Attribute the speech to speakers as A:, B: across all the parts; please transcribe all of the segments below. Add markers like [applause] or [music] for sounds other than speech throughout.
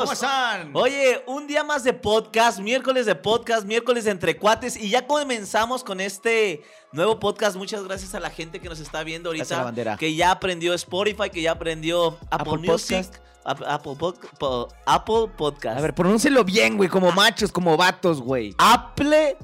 A: ¿Cómo están?
B: Oye, un día más de podcast, miércoles de podcast, miércoles de entre cuates y ya comenzamos con este nuevo podcast. Muchas gracias a la gente que nos está viendo
C: Gracias a la
B: ahorita,
C: bandera.
B: que ya aprendió Spotify, que ya aprendió Apple,
C: Apple
B: Music,
C: Podcast.
B: Ap- Apple, Pod- Po- Apple Podcast.
C: A ver, pronúncelo bien, güey, como machos, como vatos, güey.
B: Apple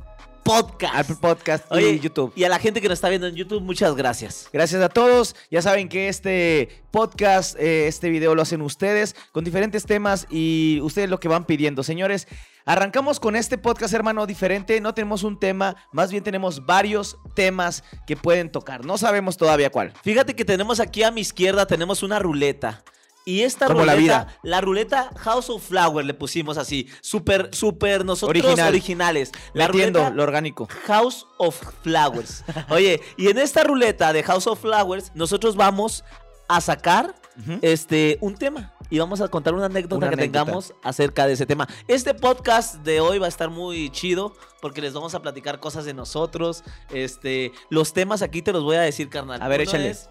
B: Podcast.
C: Apple Podcast
B: Oye,
C: y YouTube.
B: Y a la gente que nos está viendo en YouTube, muchas gracias.
C: Gracias a todos. Ya saben que este podcast, eh, este video lo hacen ustedes con diferentes temas y ustedes lo que van pidiendo. Señores, arrancamos con este podcast, hermano, diferente. No tenemos un tema, más bien tenemos varios temas que pueden tocar. No sabemos todavía cuál.
B: Fíjate que tenemos aquí a mi izquierda, tenemos una ruleta. Y esta
C: Como
B: ruleta,
C: la
B: la,
C: vida.
B: ruleta House of Flower le pusimos así, súper, súper nosotros
C: Original.
B: originales. La
C: La entiendo,
B: ruleta
C: lo orgánico.
B: House of Flowers.
C: [laughs]
B: Oye, y en esta ruleta de House of Flowers, nosotros vamos a sacar
C: Ujú.
B: este, un tema. Y vamos a contar una anécdota
C: Una
B: que
C: anécdota.
B: tengamos acerca de ese tema. Este podcast de hoy va a estar muy chido porque les vamos a platicar cosas de nosotros. Este, los temas aquí te los voy a decir, carnal.
C: A ver,
B: Uno
C: échale.
B: es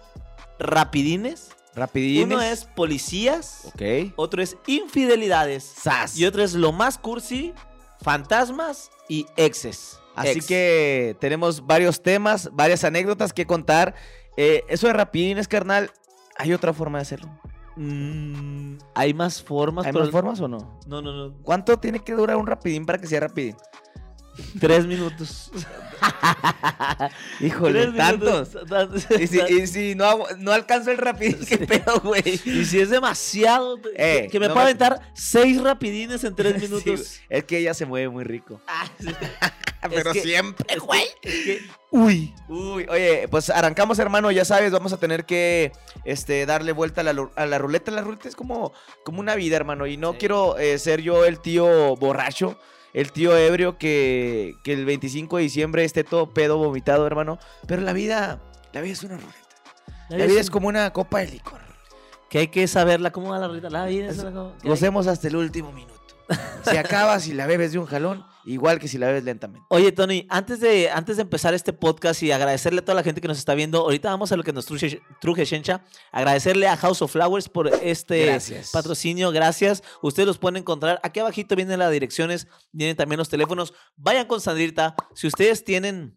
B: rapidines,
C: Rapidines.
B: uno es policías,
C: Ok.
B: otro es infidelidades
C: Sas.
B: y otro es lo más cursi, fantasmas y exes.
C: Así
B: Ex.
C: que tenemos varios temas, varias anécdotas que contar. Eh, eso de rapidines, carnal, ¿hay otra forma de hacerlo?
B: Mm, hay más formas,
C: ¿Hay
B: pero-
C: más formas o no?
B: No, no, no.
C: ¿Cuánto tiene que durar un rapidín para que sea rapidín?
B: Tres minutos.
C: Híjole, tantos.
B: [laughs] tantos.
C: Y si, y si no, hago- no alcanzo el rapidín, qué pedo, güey.
B: Y si es demasiado,
C: Eh,
B: que me
C: no
B: pueda
C: me-
B: aventar seis rapidines en tres
C: [laughs] Sí,
B: minutos.
C: güey. es que ella se mueve muy rico.
B: Ah,
C: [laughs]
B: sí.
C: Pero
B: que-
C: siempre, güey.
B: Eh, Es que-
C: Uy. Uy, oye, pues arrancamos, hermano, ya sabes, vamos a tener que este, darle vuelta a la, lu- a la ruleta. La ruleta es como, como una vida, hermano, y no
B: Sí.
C: quiero eh, ser yo el tío borracho, el tío ebrio que, que el 25 de diciembre esté todo pedo vomitado, hermano, pero la vida, la vida es una ruleta. La vida es como una copa de licor.
B: Que hay que saberla cómo va la rita. La vida es
C: Es-
B: una co- que hay-
C: Gocemos hasta el último minuto. Si acabas y la bebes de un jalón, igual que si la bebes lentamente.
B: Oye, Tony, antes de, antes de empezar este podcast y agradecerle a toda la gente que nos está viendo, ahorita vamos a lo que nos truje, truje Shencha. Agradecerle a House of Flowers por este
C: Gracias.
B: patrocinio. Gracias. Ustedes los pueden encontrar. Aquí abajito vienen las direcciones, vienen también los teléfonos. Vayan con Sandrita. Si ustedes tienen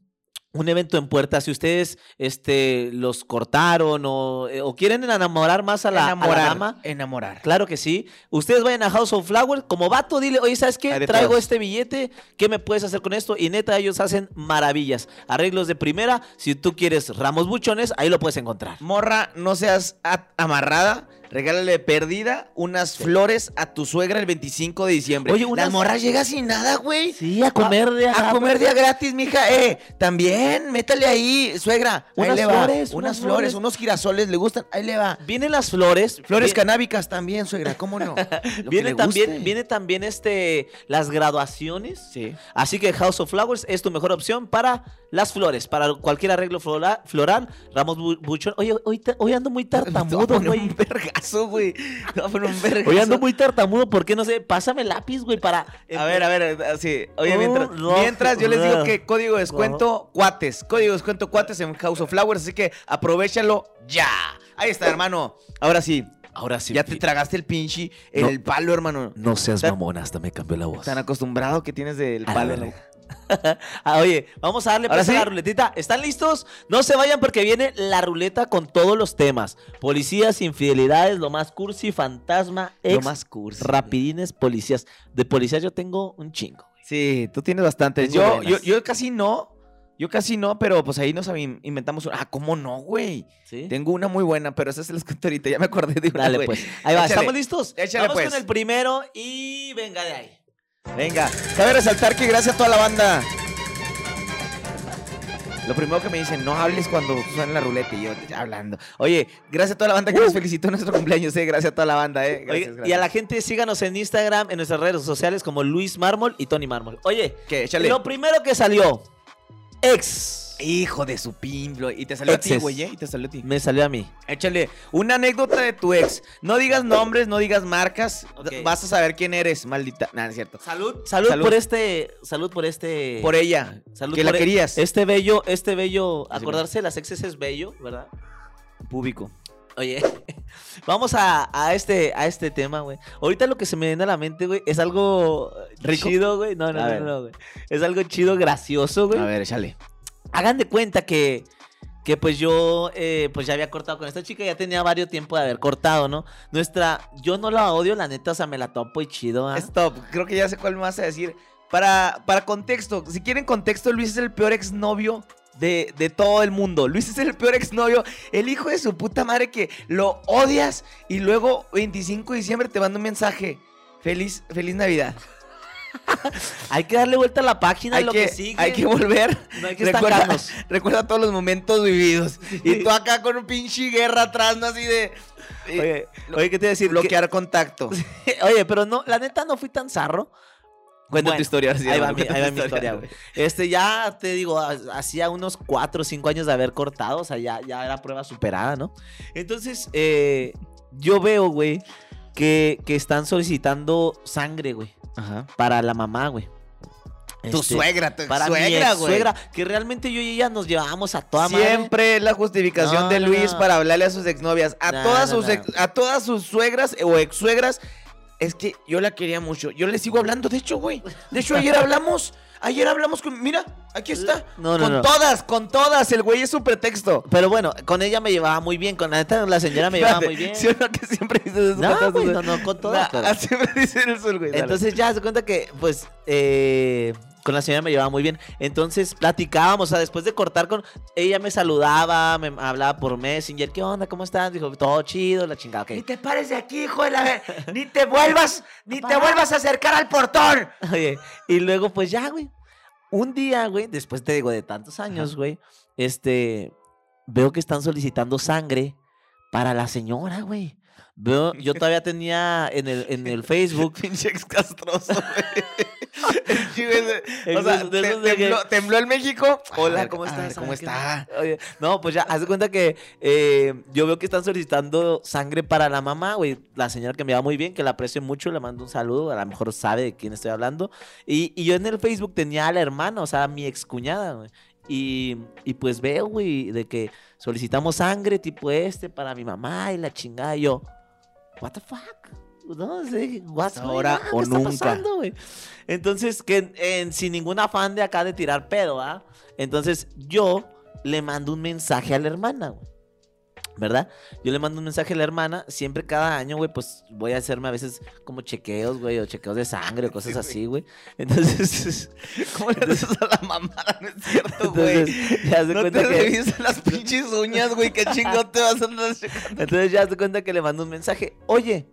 B: un evento en puerta, si ustedes este, los cortaron o, eh, o quieren enamorar más a la, a la dama,
C: Enamorar.
B: Claro que sí. Ustedes vayan a House of Flowers. Como vato, dile, oye, ¿sabes qué?
C: Hay de
B: Traigo
C: todos.
B: este billete. ¿Qué me puedes hacer con esto? Y neta, ellos hacen maravillas. Arreglos de primera. Si tú quieres ramos buchones, ahí lo puedes encontrar.
C: Morra, no seas a- amarrada. Regálale perdida unas flores a tu suegra el 25 de diciembre.
B: Oye,
C: Oye,
B: unas-
C: La morra llega sin nada, güey.
B: Sí, a comer de
C: A comer día gratis, mija. Eh, también, métale ahí, suegra. Ahí
B: Unas
C: le va.
B: flores,
C: Unas,
B: unas
C: flores,
B: flores.
C: unos girasoles, le gustan. Ahí le va.
B: Vienen las flores.
C: Flores
B: vi-
C: canábicas también, suegra,
B: [laughs]
C: ¿cómo no? Lo que
B: Viene
C: le
B: también,
C: guste.
B: viene también este, las graduaciones.
C: Sí.
B: Así que House of Flowers es tu mejor opción para las flores, para cualquier arreglo flora- floral, ramos bu- buchón. Oye, hoy, te- hoy
C: [laughs]
B: ando muy
C: Te voy
B: tartamudo,
C: a poner
B: güey.
C: un vergazo, güey. Te voy a poner un vergazo.
B: Hoy ando muy tartamudo, ¿por qué no sé? Pásame lápiz, güey, para.
C: A ver, a ver, así. Oye,
B: Oh,
C: mientras,
B: no,
C: mientras yo les
B: [laughs]
C: digo
B: no.
C: que código de descuento cuates. Código de descuento cuates en House of Flowers, así que aprovechalo ya. Ahí está, hermano. Ahora sí,
B: Ahora sí.
C: ya te tragaste el pinche,
B: No.
C: el palo, hermano.
B: No seas
C: Tan-
B: mamón, hasta me cambió la voz.
C: Tan acostumbrado que tienes del
B: A la
C: palo. pues. ¿no?
B: verga. Ah, oye, vamos a darle
C: Ahora
B: pues, a la
C: sí.
B: ruletita. ¿Están listos? No se vayan porque viene la ruleta con todos los temas: policías, infidelidades, lo más cursi, fantasma, ex,
C: Lo más cursi.
B: rapidines, policías. De policías yo tengo un chingo. güey.
C: Sí, tú tienes bastantes.
B: Tengo
C: Yo, yo,
B: venas.
C: yo casi no. Yo casi no, pero pues ahí nos in- inventamos una. Ah, ¿cómo no, güey?
B: ¿Sí?
C: Tengo una muy buena, pero esa se las cuento ahorita. Ya me acordé de una, [laughs]
B: Dale,
C: güey.
B: pues. Ahí va,
C: Échale.
B: ¿estamos listos?
C: Échale,
B: Vamos
C: pues.
B: con el primero y venga de ahí.
C: Venga, cabe resaltar que gracias a toda la banda. Lo primero que me dicen, no hables cuando suena la ruleta y yo ya hablando. Oye, gracias a toda la banda que nos felicitó en nuestro cumpleaños, eh. Gracias a toda la banda, eh. Gracias,
B: Oye,
C: gracias.
B: Y a la gente síganos en Instagram, en nuestras redes sociales como Luis Mármol y Tony Mármol. Oye,
C: ¿Qué? Échale.
B: lo primero que salió, ex.
C: Hijo de su pimblo. Y te salió a ti,
B: Exes.
C: güey, eh. Y te salió a ti.
B: Me salió a mí.
C: Échale una anécdota de tu ex. No digas nombres, no digas marcas.
B: Ok.
C: Vas a saber quién eres, maldita. Nada, es cierto.
B: Salud. Salud,
C: Salud.
B: por este. Salud por este.
C: Por ella.
B: Salud
C: que la
B: por e-
C: querías.
B: Este bello, este bello.
C: Así
B: Acordarse de las exes es bello, ¿verdad?
C: público.
B: Oye, [laughs] vamos a, a este, a este tema, güey. Ahorita lo que se me viene a la mente, güey, es algo
C: ¿Rico?
B: chido, güey. No, no,
C: A
B: no,
C: ver.
B: no, güey. Es algo chido, gracioso, güey.
C: A ver, échale.
B: Hagan de cuenta que, que pues yo eh, pues ya había cortado con esta chica, ya tenía varios tiempo de haber cortado, ¿no? Nuestra, yo no la odio, la neta, o sea, me la topo y chido, ¿ah?
C: Stop, creo que ya sé cuál me vas a decir. Para, para contexto, si quieren contexto, Luis es el peor exnovio de, de todo el mundo. Luis es el peor exnovio, el hijo de su puta madre que lo odias y luego 25 de diciembre te manda un mensaje. Feliz, feliz Navidad.
B: Hay que darle vuelta a la página,
C: Hay
B: lo
C: que,
B: que, sigue.
C: hay que volver. [laughs]
B: no hay que
C: Recuerda,
B: estancarnos.
C: recuerda todos los momentos vividos. Y tú acá con un pinche guerra atrás, ¿no? Así de. eh,
B: [laughs] Oye, oye, ¿qué te iba a decir? [laughs]
C: bloquear contacto.
B: Que- oye, pero no, la neta no fui tan zarro.
C: Cuenta
B: Bueno,
C: tu historia. ahora sí,
B: ahí va
C: hermano,
B: mi-
C: cuenta
B: ahí
C: tu
B: va mi historia, güey. Este, ya te digo, ha- hacía unos 4 o 5 años de haber cortado, o sea, ya, ya era prueba superada, ¿no? Entonces, eh, yo veo, güey, que, que están solicitando sangre, güey,
C: Ajá.
B: para la mamá, güey.
C: Tu
B: Este,
C: suegra, tu
B: Para
C: suegra,
B: mi
C: güey.
B: suegra, que realmente yo y ella nos llevábamos a toda madre.
C: Siempre es la justificación
B: No,
C: de
B: no,
C: Luis
B: no.
C: para hablarle a sus exnovias, a
B: No,
C: todas
B: no,
C: sus
B: no.
C: ex- a todas sus suegras o exsuegras. Es que yo la quería mucho. Yo le sigo hablando, de hecho, güey. De hecho, ayer hablamos. Ayer hablamos con. Mira, aquí está.
B: No, no,
C: con
B: no.
C: todas, con todas. El güey es su pretexto.
B: Pero bueno, con ella me llevaba muy bien, con la neta la señora me llevaba muy bien.
C: ¿Sí o no que siempre dices eso? ¿eh? Ah, con
B: No,
C: todas
B: güey,
C: sus-
B: no, no, con todas.
C: Nah,
B: pero-
C: Siempre dicen eso, güey. dale.
B: Entonces ya se cuenta que, pues, eh, con la señora me llevaba muy bien. Entonces platicábamos, o sea, después de cortar con... Ella me saludaba, me hablaba por Messenger, ¿qué onda? ¿Cómo estás? Dijo, todo chido, la chingada. ok.
C: Ni te pares de aquí, hijo de la ver- Ni te vuelvas, ni te
B: Papá.
C: vuelvas a acercar al portón.
B: [laughs] Oye, y luego, pues ya, güey. Un día, güey, después te digo de tantos años, güey, este, veo que están solicitando sangre para la señora, güey. Veo, yo todavía tenía en el, en
C: [laughs]
B: el Facebook
C: Pinche excastroso, güey. El chico
B: [laughs]
C: ese- O
B: Ex-
C: sea,
B: de
C: te-
B: esos de que-
C: tembló, tembló el México.
B: Hola,
C: A ver,
B: ¿cómo
C: a
B: estás?
C: ver,
B: A
C: ¿Cómo
B: ver, ¿qué
C: está?
B: tal? Oye, no, pues ya, haz de cuenta que eh, yo veo que están solicitando sangre para la mamá, güey. La señora que me va muy bien, que la aprecio mucho, le mando un saludo, a lo mejor sabe de quién estoy hablando. Y, y yo en el Facebook tenía a la hermana, o sea, a mi excuñada, güey. Y, y pues veo, güey, de que solicitamos sangre tipo este para mi mamá y la chingada. Y yo, what the fuck? No sé, what's
C: Ahora
B: going on? ¿Qué está
C: o nunca.
B: pasando, güey? Entonces, que en- en- sin ningún afán de acá de tirar pedo, ¿ah? Entonces, yo le mando un mensaje a la hermana, güey. ¿Verdad? Yo le mando un mensaje a la hermana. Siempre cada año, güey, pues voy a hacerme a veces como chequeos, güey, o chequeos de sangre o cosas
C: Sí,
B: así, güey. [laughs] Entonces,
C: ¿Cómo le haces [laughs] a la mamada? No es cierto,
B: entonces,
C: [laughs] güey.
B: ya se
C: No
B: cuenta
C: te
B: que. [laughs]
C: revisas las pinches uñas, güey. Qué chingón te vas a andar checando.
B: Entonces ya se cuenta que le mandó un mensaje. Oye,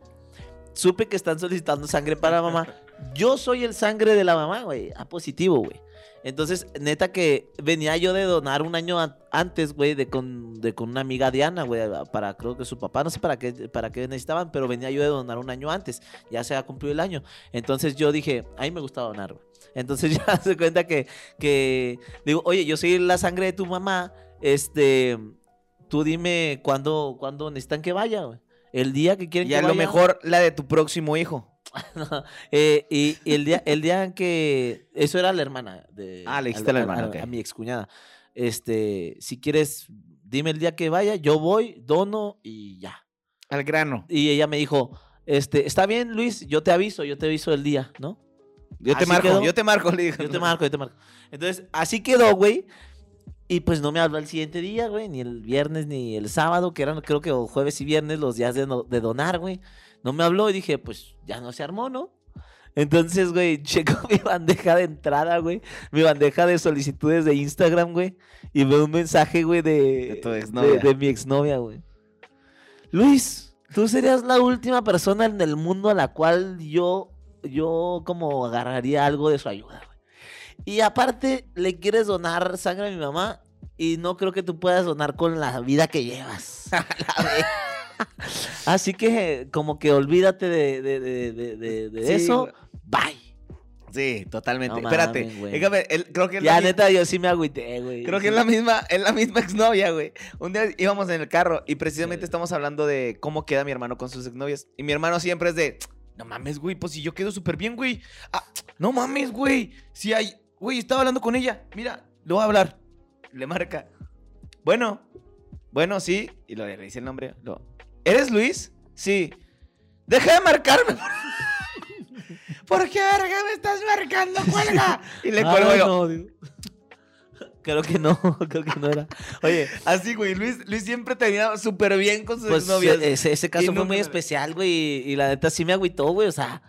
B: supe que están solicitando sangre para mamá. Yo soy el sangre de la mamá, güey. A positivo, güey. Entonces, neta que venía yo de donar un año an- antes, güey, de con, de con una amiga Diana, güey, a- para creo que su papá, no sé para qué, para qué necesitaban, pero venía yo de donar un año antes. Ya se ha cumplido el año. Entonces yo dije, a mí me gusta donar, güey. Entonces [laughs] ya se cuenta que, que digo, oye, yo soy la sangre de tu mamá, este, tú dime cuándo, cuándo necesitan que vaya, güey. El día que quieren
C: Y
B: que
C: a
B: vaya.
C: lo mejor la de tu próximo hijo.
B: [laughs] Eh, y, y el día, el día en que. Eso era la hermana de.
C: Ah, le dijiste a la hermana, ok.
B: A, mi excuñada. Este, si quieres, dime el día que vaya, yo voy, dono y ya.
C: Al grano.
B: Y ella me dijo, este, está bien, Luis, yo te aviso, yo te aviso el día, ¿no?
C: Yo te
B: Así
C: marco,
B: quedó.
C: yo te marco, le digo.
B: [laughs] Yo te marco, yo te marco. Entonces, así quedó, güey. Y pues no me habló el siguiente día, güey, ni el viernes ni el sábado, que eran creo que o jueves y viernes los días de, no- de donar, güey. No me habló y dije, pues ya no se armó, ¿no? Entonces, güey, [laughs] checo mi bandeja de entrada, güey, mi bandeja de solicitudes de Instagram, güey, y veo un mensaje, güey, de,
C: De tu exnovia.
B: de mi exnovia, güey. Luis, tú serías la última persona en el mundo a la cual yo, yo como agarraría algo de su ayuda, güey. Y aparte, le quieres donar sangre a mi mamá y no creo que tú puedas donar con la vida que llevas. [laughs] Así que como que olvídate de, de- de- de- de- de
C: Sí,
B: eso.
C: güey.
B: Bye.
C: Sí, totalmente.
B: No
C: Espérate.
B: mames, güey.
C: déjame, el- creo que es
B: Ya,
C: la mi-
B: neta, yo sí me agüité, güey.
C: Creo que [laughs] es la misma, es la misma exnovia, güey. Un día íbamos en el carro y precisamente estamos hablando de cómo queda mi hermano con sus exnovias. Y mi hermano siempre es de, no mames, güey, pues si yo quedo súper bien, güey. Ah, no mames, güey. Si hay, güey, estaba hablando con ella. Mira, le voy a hablar. Le marca. Bueno, bueno, sí. Y lo, le dice el nombre. Lo, ¿Eres Luis? Sí. Deja de marcarme. ¿Por [laughs] qué verga me estás marcando? ¡Cuelga! [laughs] Ah, Y le cuelgo
B: Ay,
C: yo.
B: no, digo. Creo que no, [laughs] creo que no era. Oye,
C: Así, güey. Luis, Luis siempre terminaba súper bien con [laughs] sus
B: pues
C: novias.
B: ese, ese caso fue
C: nunca
B: muy
C: me-
B: especial, güey, y, y la neta sí me agüitó, güey, o sea,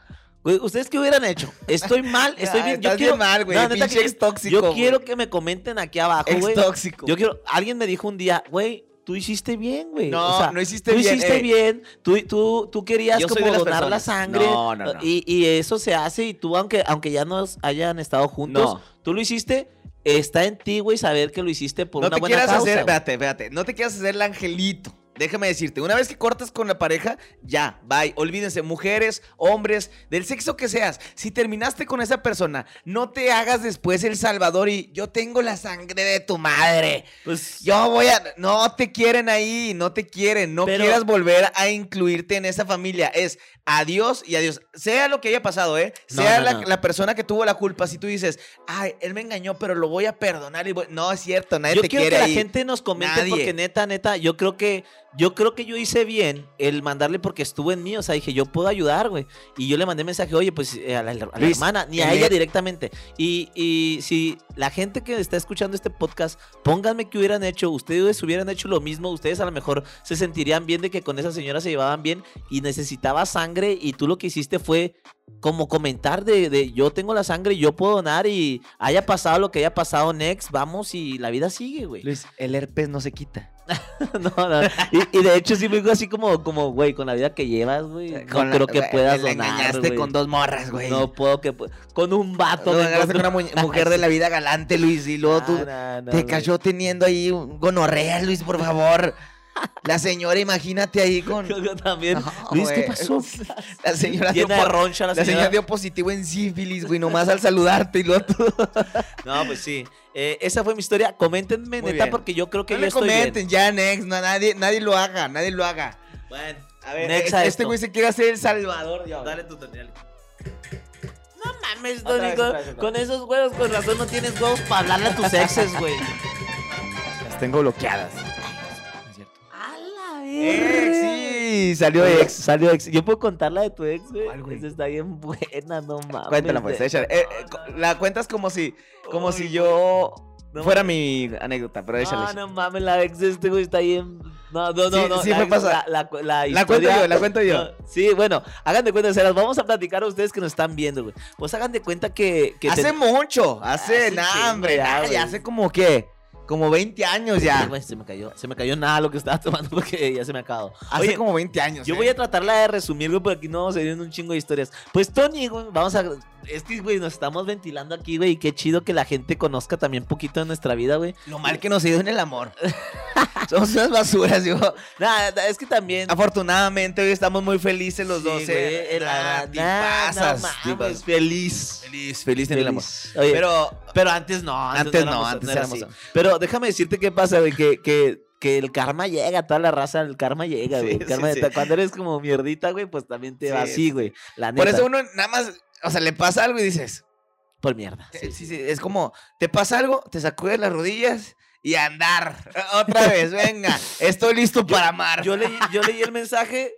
B: güey, ¿ustedes qué hubieran hecho? Estoy
C: [laughs]
B: mal, estoy
C: Ah,
B: bien, yo
C: estás
B: quiero...
C: bien mal, güey.
B: No, neta
C: Pinche
B: que-
C: ex tóxico.
B: Yo
C: güey.
B: quiero que me comenten aquí abajo,
C: Ex
B: güey.
C: tóxico.
B: Yo quiero, alguien me dijo un día, güey, tú hiciste bien, güey.
C: No,
B: o sea,
C: no hiciste
B: tú
C: bien,
B: hiciste
C: eh.
B: bien, tú, tú, tú querías
C: Yo soy
B: como
C: de las
B: donar la
C: personas.
B: sangre.
C: No, no, no.
B: Y, y eso se hace y tú, aunque, aunque ya no hayan estado juntos,
C: No.
B: tú lo hiciste, está en ti, güey, saber que lo hiciste por
C: no
B: una
C: te
B: buena
C: quieras
B: causa.
C: hacer,
B: güey.
C: espérate, espérate, no te quieras hacer el angelito. Déjame decirte, una vez que cortas con la pareja, ya, bye, olvídense, mujeres, hombres, del sexo que seas. Si terminaste con esa persona, no te hagas después el salvador y yo tengo la sangre de tu madre.
B: Pues,
C: Yo voy a no te quieren ahí, no te quieren, no
B: Pero-
C: quieras volver a incluirte en esa familia. Es adiós y adiós. Sea lo que haya pasado, ¿eh?
B: No,
C: Sea
B: no,
C: la,
B: no.
C: la persona que tuvo la culpa, si tú dices, "Ay, él me engañó, pero lo voy a perdonar" y voy-". no es cierto, nadie
B: yo
C: te
B: quiero
C: quiere
B: que
C: ahí.
B: la gente nos comente
C: Nadie.
B: porque neta, neta, yo creo que yo creo que yo hice bien el mandarle porque estuvo en mí, o sea, dije, yo puedo ayudar, güey. Y yo le mandé mensaje, oye, pues eh, a la, a la
C: Luis,
B: hermana, ni a
C: en
B: ella
C: el-
B: directamente. Y, y si la gente que está escuchando este podcast, pónganme que hubieran hecho, ustedes hubieran hecho lo mismo, ustedes a lo mejor se sentirían bien de que con esa señora se llevaban bien y necesitaba sangre y tú lo que hiciste fue como comentar de, de yo tengo la sangre y yo puedo donar y haya pasado lo que haya pasado next, vamos y la vida sigue, güey.
C: Luis, el herpes no se quita.
B: [laughs] No, no. Y, y de hecho sí me dijo así como, como, güey, con la vida que llevas, güey, no
C: Con la-
B: creo que
C: güey,
B: puedas
C: le
B: donar,
C: engañaste
B: güey.
C: con dos morras, güey.
B: No puedo que... pu- Con un vato.
C: Lo
B: me
C: engañaste con
B: encuentro-
C: una mu-
B: [laughs]
C: mujer de la vida galante, Luis, y luego tú
B: No, no, no,
C: te
B: güey.
C: cayó teniendo ahí un gonorrea, Luis, por favor. La señora, imagínate
B: [laughs]
C: ahí
B: [laughs]
C: con
B: Yo- yo también.
C: No,
B: Luis, ¿qué
C: güey.
B: pasó?
C: la [laughs] señora dio
B: Llena de
C: por-
B: roncha la
C: La señora
B: señora.
C: dio positivo en sífilis, güey, nomás al saludarte y luego tú.
B: No, pues sí. Eh, esa fue mi historia. Coméntenme,
C: Muy
B: neta,
C: bien.
B: porque yo creo que
C: no
B: yo
C: le
B: estoy
C: comenten, ya, Nex, no, nadie, nadie lo haga, nadie lo haga.
B: bien. Bueno,
C: A ver,
B: next
C: este
B: a
C: este
B: esto.
C: güey se quiere hacer el salvador. ya,
B: Dale tu tutorial. No mames,
C: Otra vez,
B: Donico.
C: otra vez, otra
B: Con esos huevos, con razón, no tienes huevos para hablarle a tus exes,
C: [laughs]
B: güey.
C: Las tengo bloqueadas.
B: A la
C: Ex,
B: verga.
C: sí, salió ex.
B: Salió ex. Yo puedo contar la de tu ex, güey.
C: ¿Cuál, güey?
B: Esa está bien buena, no mames.
C: Cuéntala pues,
B: güey.
C: échale. Eh, eh, co- la cuentas como si, como
B: Uy,
C: si
B: güey.
C: yo
B: No
C: fuera mi anécdota, pero échale.
B: No,
C: échale.
B: no mames, la ex de este güey está bien. No, no, no,
C: Sí,
B: no.
C: sí
B: la,
C: fue
B: ex-
C: pasada.
B: La, la, la
C: La cuento
B: historia-
C: yo, la cuento yo.
B: No, sí, bueno, hagan de cuenta, se las vamos a platicar a ustedes que nos están viendo, güey. Pues hagan de cuenta que. que
C: hace
B: ten-
C: mucho, hace,
B: Hace un
C: nah,
B: chingo
C: hombre,
B: ya,
C: nah,
B: güey.
C: ya hace como que, como 20
B: Ay,
C: años pues ya.
B: güey, se me cayó. Se me cayó nada lo que estaba tomando [laughs] porque ya se me acabó.
C: Hace como 20 años.
B: Yo
C: eh.
B: voy a tratarla de resumir, güey, porque aquí no vamos a ir en un chingo de historias. Pues Tony, güey, vamos a... Es que, güey, nos estamos ventilando aquí, güey, y qué chido que la gente conozca también poquito de nuestra vida,
C: [laughs]
B: güey.
C: Lo mal que nos ha ido en el amor. Somos unas basuras, digo.
B: Nada, nada, es que también...
C: Ah, Afortunadamente hoy estamos muy felices los
B: Sí,
C: dos. eh.
B: güey, la
C: Nah,
B: verdad,
C: te
B: nah, no
C: pasas,
B: mames,
C: te pasas.
B: feliz.
C: Feliz, feliz en el amor.
B: Feliz. Oye, pero,
C: Pero
B: pero antes no.
C: Antes no,
B: éramos-
C: antes
B: era
C: éramos-
B: así. Pero déjame decirte qué pasa, güey, que... que que el karma llega, toda la raza, el karma llega,
C: Sí,
B: güey. el
C: sí,
B: karma-
C: sí.
B: Cuando eres como mierdita, güey, pues también te
C: Sí,
B: va
C: sí,
B: así, güey. La neta.
C: por eso uno nada más, o sea, le pasa algo y dices,
B: Por mierda.
C: sí, sí, es como, te pasa algo, te sacudes las rodillas y a andar. [laughs] Otra vez, venga, estoy listo para amar.
B: Yo leí, yo leí el mensaje.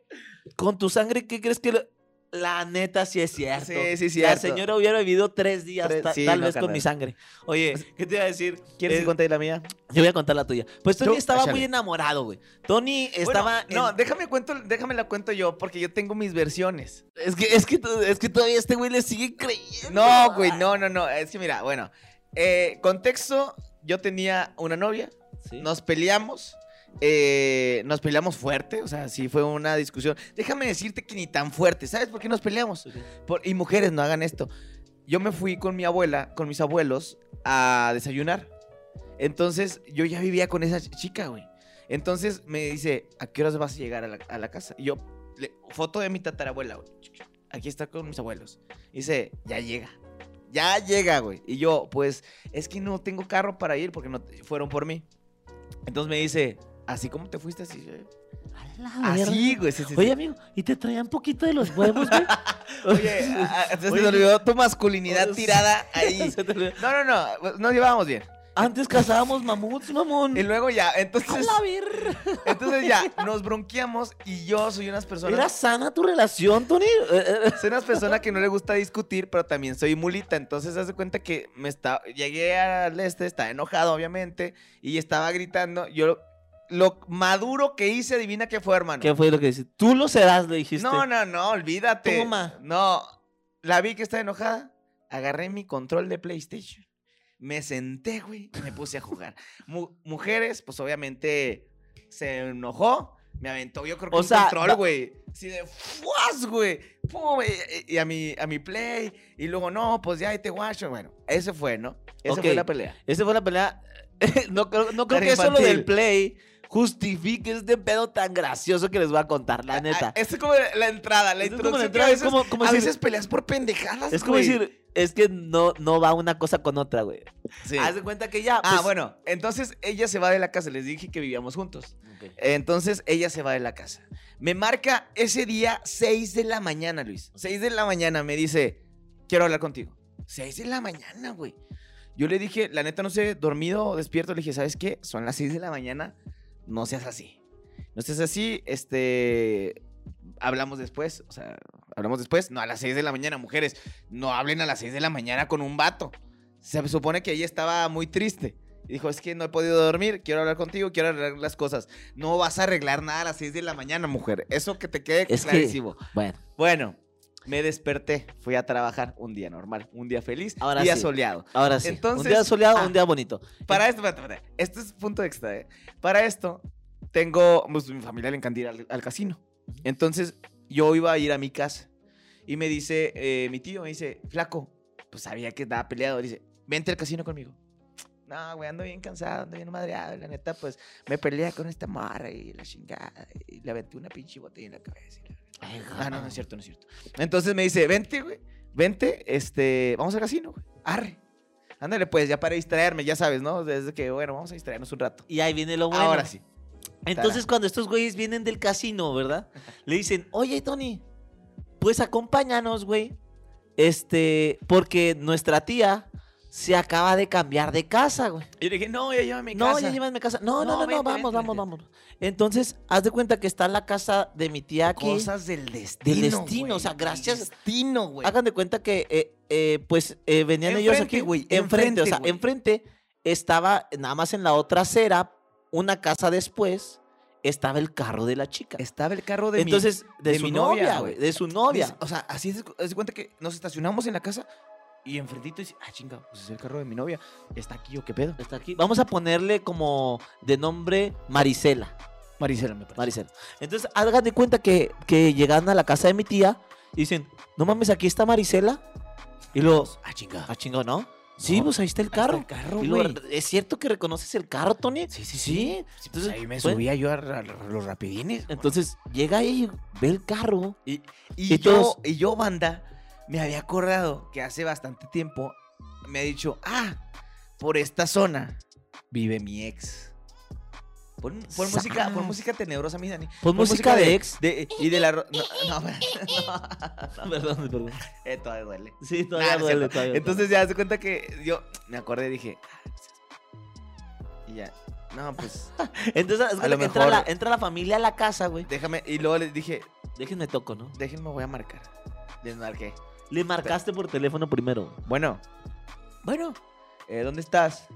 B: Con tu sangre, ¿qué crees que.? lo- La neta sí es cierto.
C: Sí, sí es
B: La
C: cierto.
B: señora hubiera vivido tres días,
C: Tres-
B: ta-
C: sí,
B: tal
C: no,
B: vez con
C: carnal.
B: mi sangre. Oye, ¿qué te iba a decir? Eh,
C: conté la mía?
B: yo voy a contar la tuya. Pues Tony
C: Tú,
B: estaba
C: échale.
B: muy enamorado, güey. Tony
C: Estaba,
B: estaba. en-
C: no, déjame cuento, déjame la cuento yo porque yo tengo mis versiones.
B: es, que, es, que, to- es que todavía este güey le sigue creyendo.
C: No, güey, no, no, no. Es que mira, bueno. eh, contexto, yo tenía una novia,
B: Sí.
C: nos peleamos, eh, nos peleamos fuerte, o sea, sí fue una discusión. Déjame decirte que ni tan fuerte, ¿sabes por qué nos peleamos? Por- y mujeres, no hagan esto. Yo me fui con mi abuela, con mis abuelos, a desayunar. Entonces, yo ya vivía con esa ch- chica, güey. Entonces, me dice, ¿a qué horas vas a llegar a la, a la casa? Y yo, le- foto de mi tatarabuela, güey. Aquí está con mis abuelos. Dice, ya llega. Ya llega, güey. Y yo, pues, es que no tengo carro para ir porque no fueron por mí. Entonces me dice, así como te fuiste, así. eh,
B: A la
C: Así,
B: verga.
C: güey. sí, sí, sí.
B: Ah, Oye, amigo, ¿y te traían poquito de los huevos, güey?
C: Oye, a- a- se
B: [laughs]
C: te
B: Oye.
C: olvidó tu masculinidad
B: Oye, [laughs] sí.
C: tirada ahí.
B: Se te olvidó.
C: No, no, no. pues, Nos llevábamos bien.
B: Antes cazábamos mamuts, mamón.
C: Y luego ya,
B: A [laughs]
C: entonces,
B: la ver.
C: [laughs] entonces ya, nos bronqueamos y yo soy unas personas.
B: ¿Era sana tu relación, Tony? Eh, eh,
C: Soy una persona que no le gusta discutir, pero también soy mulita. Entonces, haz de cuenta que me está, llegué al este, estaba enojado, obviamente, y estaba gritando. Yo lo, lo maduro que hice, adivina qué fue, hermano.
B: ¿Qué fue lo que dijiste? Tú lo serás, le dijiste.
C: no, no, no, olvídate.
B: Toma.
C: No, la vi que está enojada. Agarré mi control de PlayStation. Me senté, güey, y me puse a jugar. Mu- mujeres, pues obviamente se enojó. Me aventó, yo creo que
B: O
C: un
B: sea,
C: control,
B: da-
C: güey. Así de fuas, güey. Pum, y, y a mi, a mi play. Y luego, no, pues ya ahí te guacho. Bueno, ese fue, ¿no? Esa
B: Ok.
C: fue la pelea.
B: Esa fue la pelea. [laughs] no creo, no creo
C: Tan
B: que eso lo
C: infantil.
B: del play justifique este pedo tan gracioso que les voy a contar, la neta.
C: Ah, esta es como la, la entrada, la
B: Esta es como
C: introducción.
B: la entrada,
C: que a
B: es
C: veces,
B: como- como
C: a
B: decir-
C: veces peleas por pendejadas,
B: es como
C: güey.
B: decir, es que no, no va una cosa con otra, güey.
C: Sí.
B: Haz de cuenta que ya.
C: Ah,
B: pues-
C: bueno, entonces ella se va de la casa. Les dije que vivíamos juntos.
B: Ok.
C: Entonces ella se va de la casa. Me marca ese día 6 de la mañana, Luis. 6 de la mañana me dice, quiero hablar contigo. 6 de la mañana, güey. Yo le dije, la neta no sé, dormido o despierto, le dije, ¿sabes qué? Son las 6 de la mañana, no seas así. No seas así, este... Hablamos después, o sea, hablamos después. No, a las 6 de la mañana, mujeres, no hablen a las 6 de la mañana con un vato. Se supone que ella estaba muy triste. Y dijo, es que no he podido dormir, quiero hablar contigo, quiero arreglar las cosas. No vas a arreglar nada a las 6 de la mañana, mujer. Eso que te quede
B: Es que-
C: clarísimo.
B: Bueno.
C: Bueno, me desperté, fui a trabajar un día normal, un día feliz,
B: Ahora
C: día
B: sí.
C: soleado.
B: Ahora sí. un
C: Entonces-
B: día soleado,
C: ah.
B: un día bonito. Eh,
C: Para esto, espérate, espérate, este es punto extra, ¿eh? Para esto, tengo, pues, mi familia le encanta ir al, al casino. Entonces, yo iba a ir a mi casa y me dice, eh, mi tío me dice, flaco, pues sabía que estaba peleado, dice, vente al casino conmigo. No, güey, ando bien cansado, ando bien madreado, y la neta, pues, me peleé con esta marra y la chingada, y le aventé una pinche botella en la cabeza. y la-
B: Ay,
C: Ah, no, no es cierto, no es cierto. Entonces me dice, vente, güey, vente, este, vamos al casino, güey. Arre. Ándale, pues, ya para distraerme, ya sabes, ¿no? Desde que, bueno, vamos a distraernos un rato.
B: Y ahí viene lo bueno.
C: Ahora sí.
B: Entonces, cuando estos güeyes vienen del casino, ¿verdad? Le dicen, oye, Tony, pues acompáñanos, güey. Este, porque nuestra tía se acaba de cambiar de casa, güey.
C: Yo le dije, no, ya llévame a mi
B: No,
C: casa.
B: ya llévame a casa. No, no,
C: No,
B: no, no,
C: vente,
B: vamos,
C: vente,
B: vamos,
C: vente.
B: vamos. Entonces, haz de cuenta que está la casa de mi tía aquí.
C: Cosas del destino.
B: destino,
C: güey,
B: o sea, gracias-
C: Del destino, güey.
B: Hagan de cuenta que, eh, eh, pues, eh, venían ellos
C: Enfrente,
B: aquí.
C: güey,
B: Enfrente,
C: enfrente,
B: o sea,
C: güey.
B: enfrente estaba, nada más en la otra acera, una casa después, estaba el carro de la chica.
C: Estaba el carro de mi-
B: Entonces, de,
C: de
B: su
C: mi novia,
B: novia, güey.
C: güey.
B: De su novia.
C: Dice, O sea, así es, haz de cuenta que nos estacionamos en la casa y enfrentito dice, ah, chinga, pues es el carro de mi novia. Está aquí o qué pedo.
B: Está aquí. Vamos a ponerle como de nombre Marisela.
C: Maricela me parece.
B: Marisela. Entonces, hagan de cuenta que, que llegan a la casa de mi tía y dicen, no mames, aquí está Marisela. Y luego,
C: Ah, chinga.
B: ah, chingo, ¿no? Sí,
C: No,
B: pues ahí está el
C: Ahí está
B: carro.
C: El carro,
B: Y luego,
C: güey.
B: ¿Es cierto que reconoces el carro, Tony?
C: Sí, sí, sí.
B: Sí.
C: Pues
B: Entonces,
C: ahí me
B: fue-
C: subía yo a, ra- a los rapidines.
B: Entonces, llega ahí, ve el carro.
C: y, y
B: y
C: yo,
B: todos-
C: y yo, banda, me había acordado que hace bastante tiempo me ha dicho, ah, por esta zona vive mi ex. Pon, pon música, pon
B: Sas.
C: música tenebrosa, mi Dani.
B: Pon música de [laughs] ex. Ah,
C: de- y de la... ro- No, no, [laughs] no, no,
B: Perdón, perdón.
C: eh, todavía duele.
B: Sí,
C: [laughs] Nah,
B: todavía
C: no es
B: duele, todavía
C: cierto.
B: duele.
C: Entonces ya se cuenta que yo me acordé y dije... "Ah, Y ya, no, pues
B: Entonces, haz de cuenta
C: lo
B: que entra,
C: mejor-
B: la, entra la familia a la casa, güey.
C: déjame. Y luego les dije,
B: Déjenme toco, ¿no?
C: déjenme, voy a marcar. Les marqué.
B: Le marcaste por teléfono primero.
C: Bueno. Bueno. eh, ¿Dónde estás?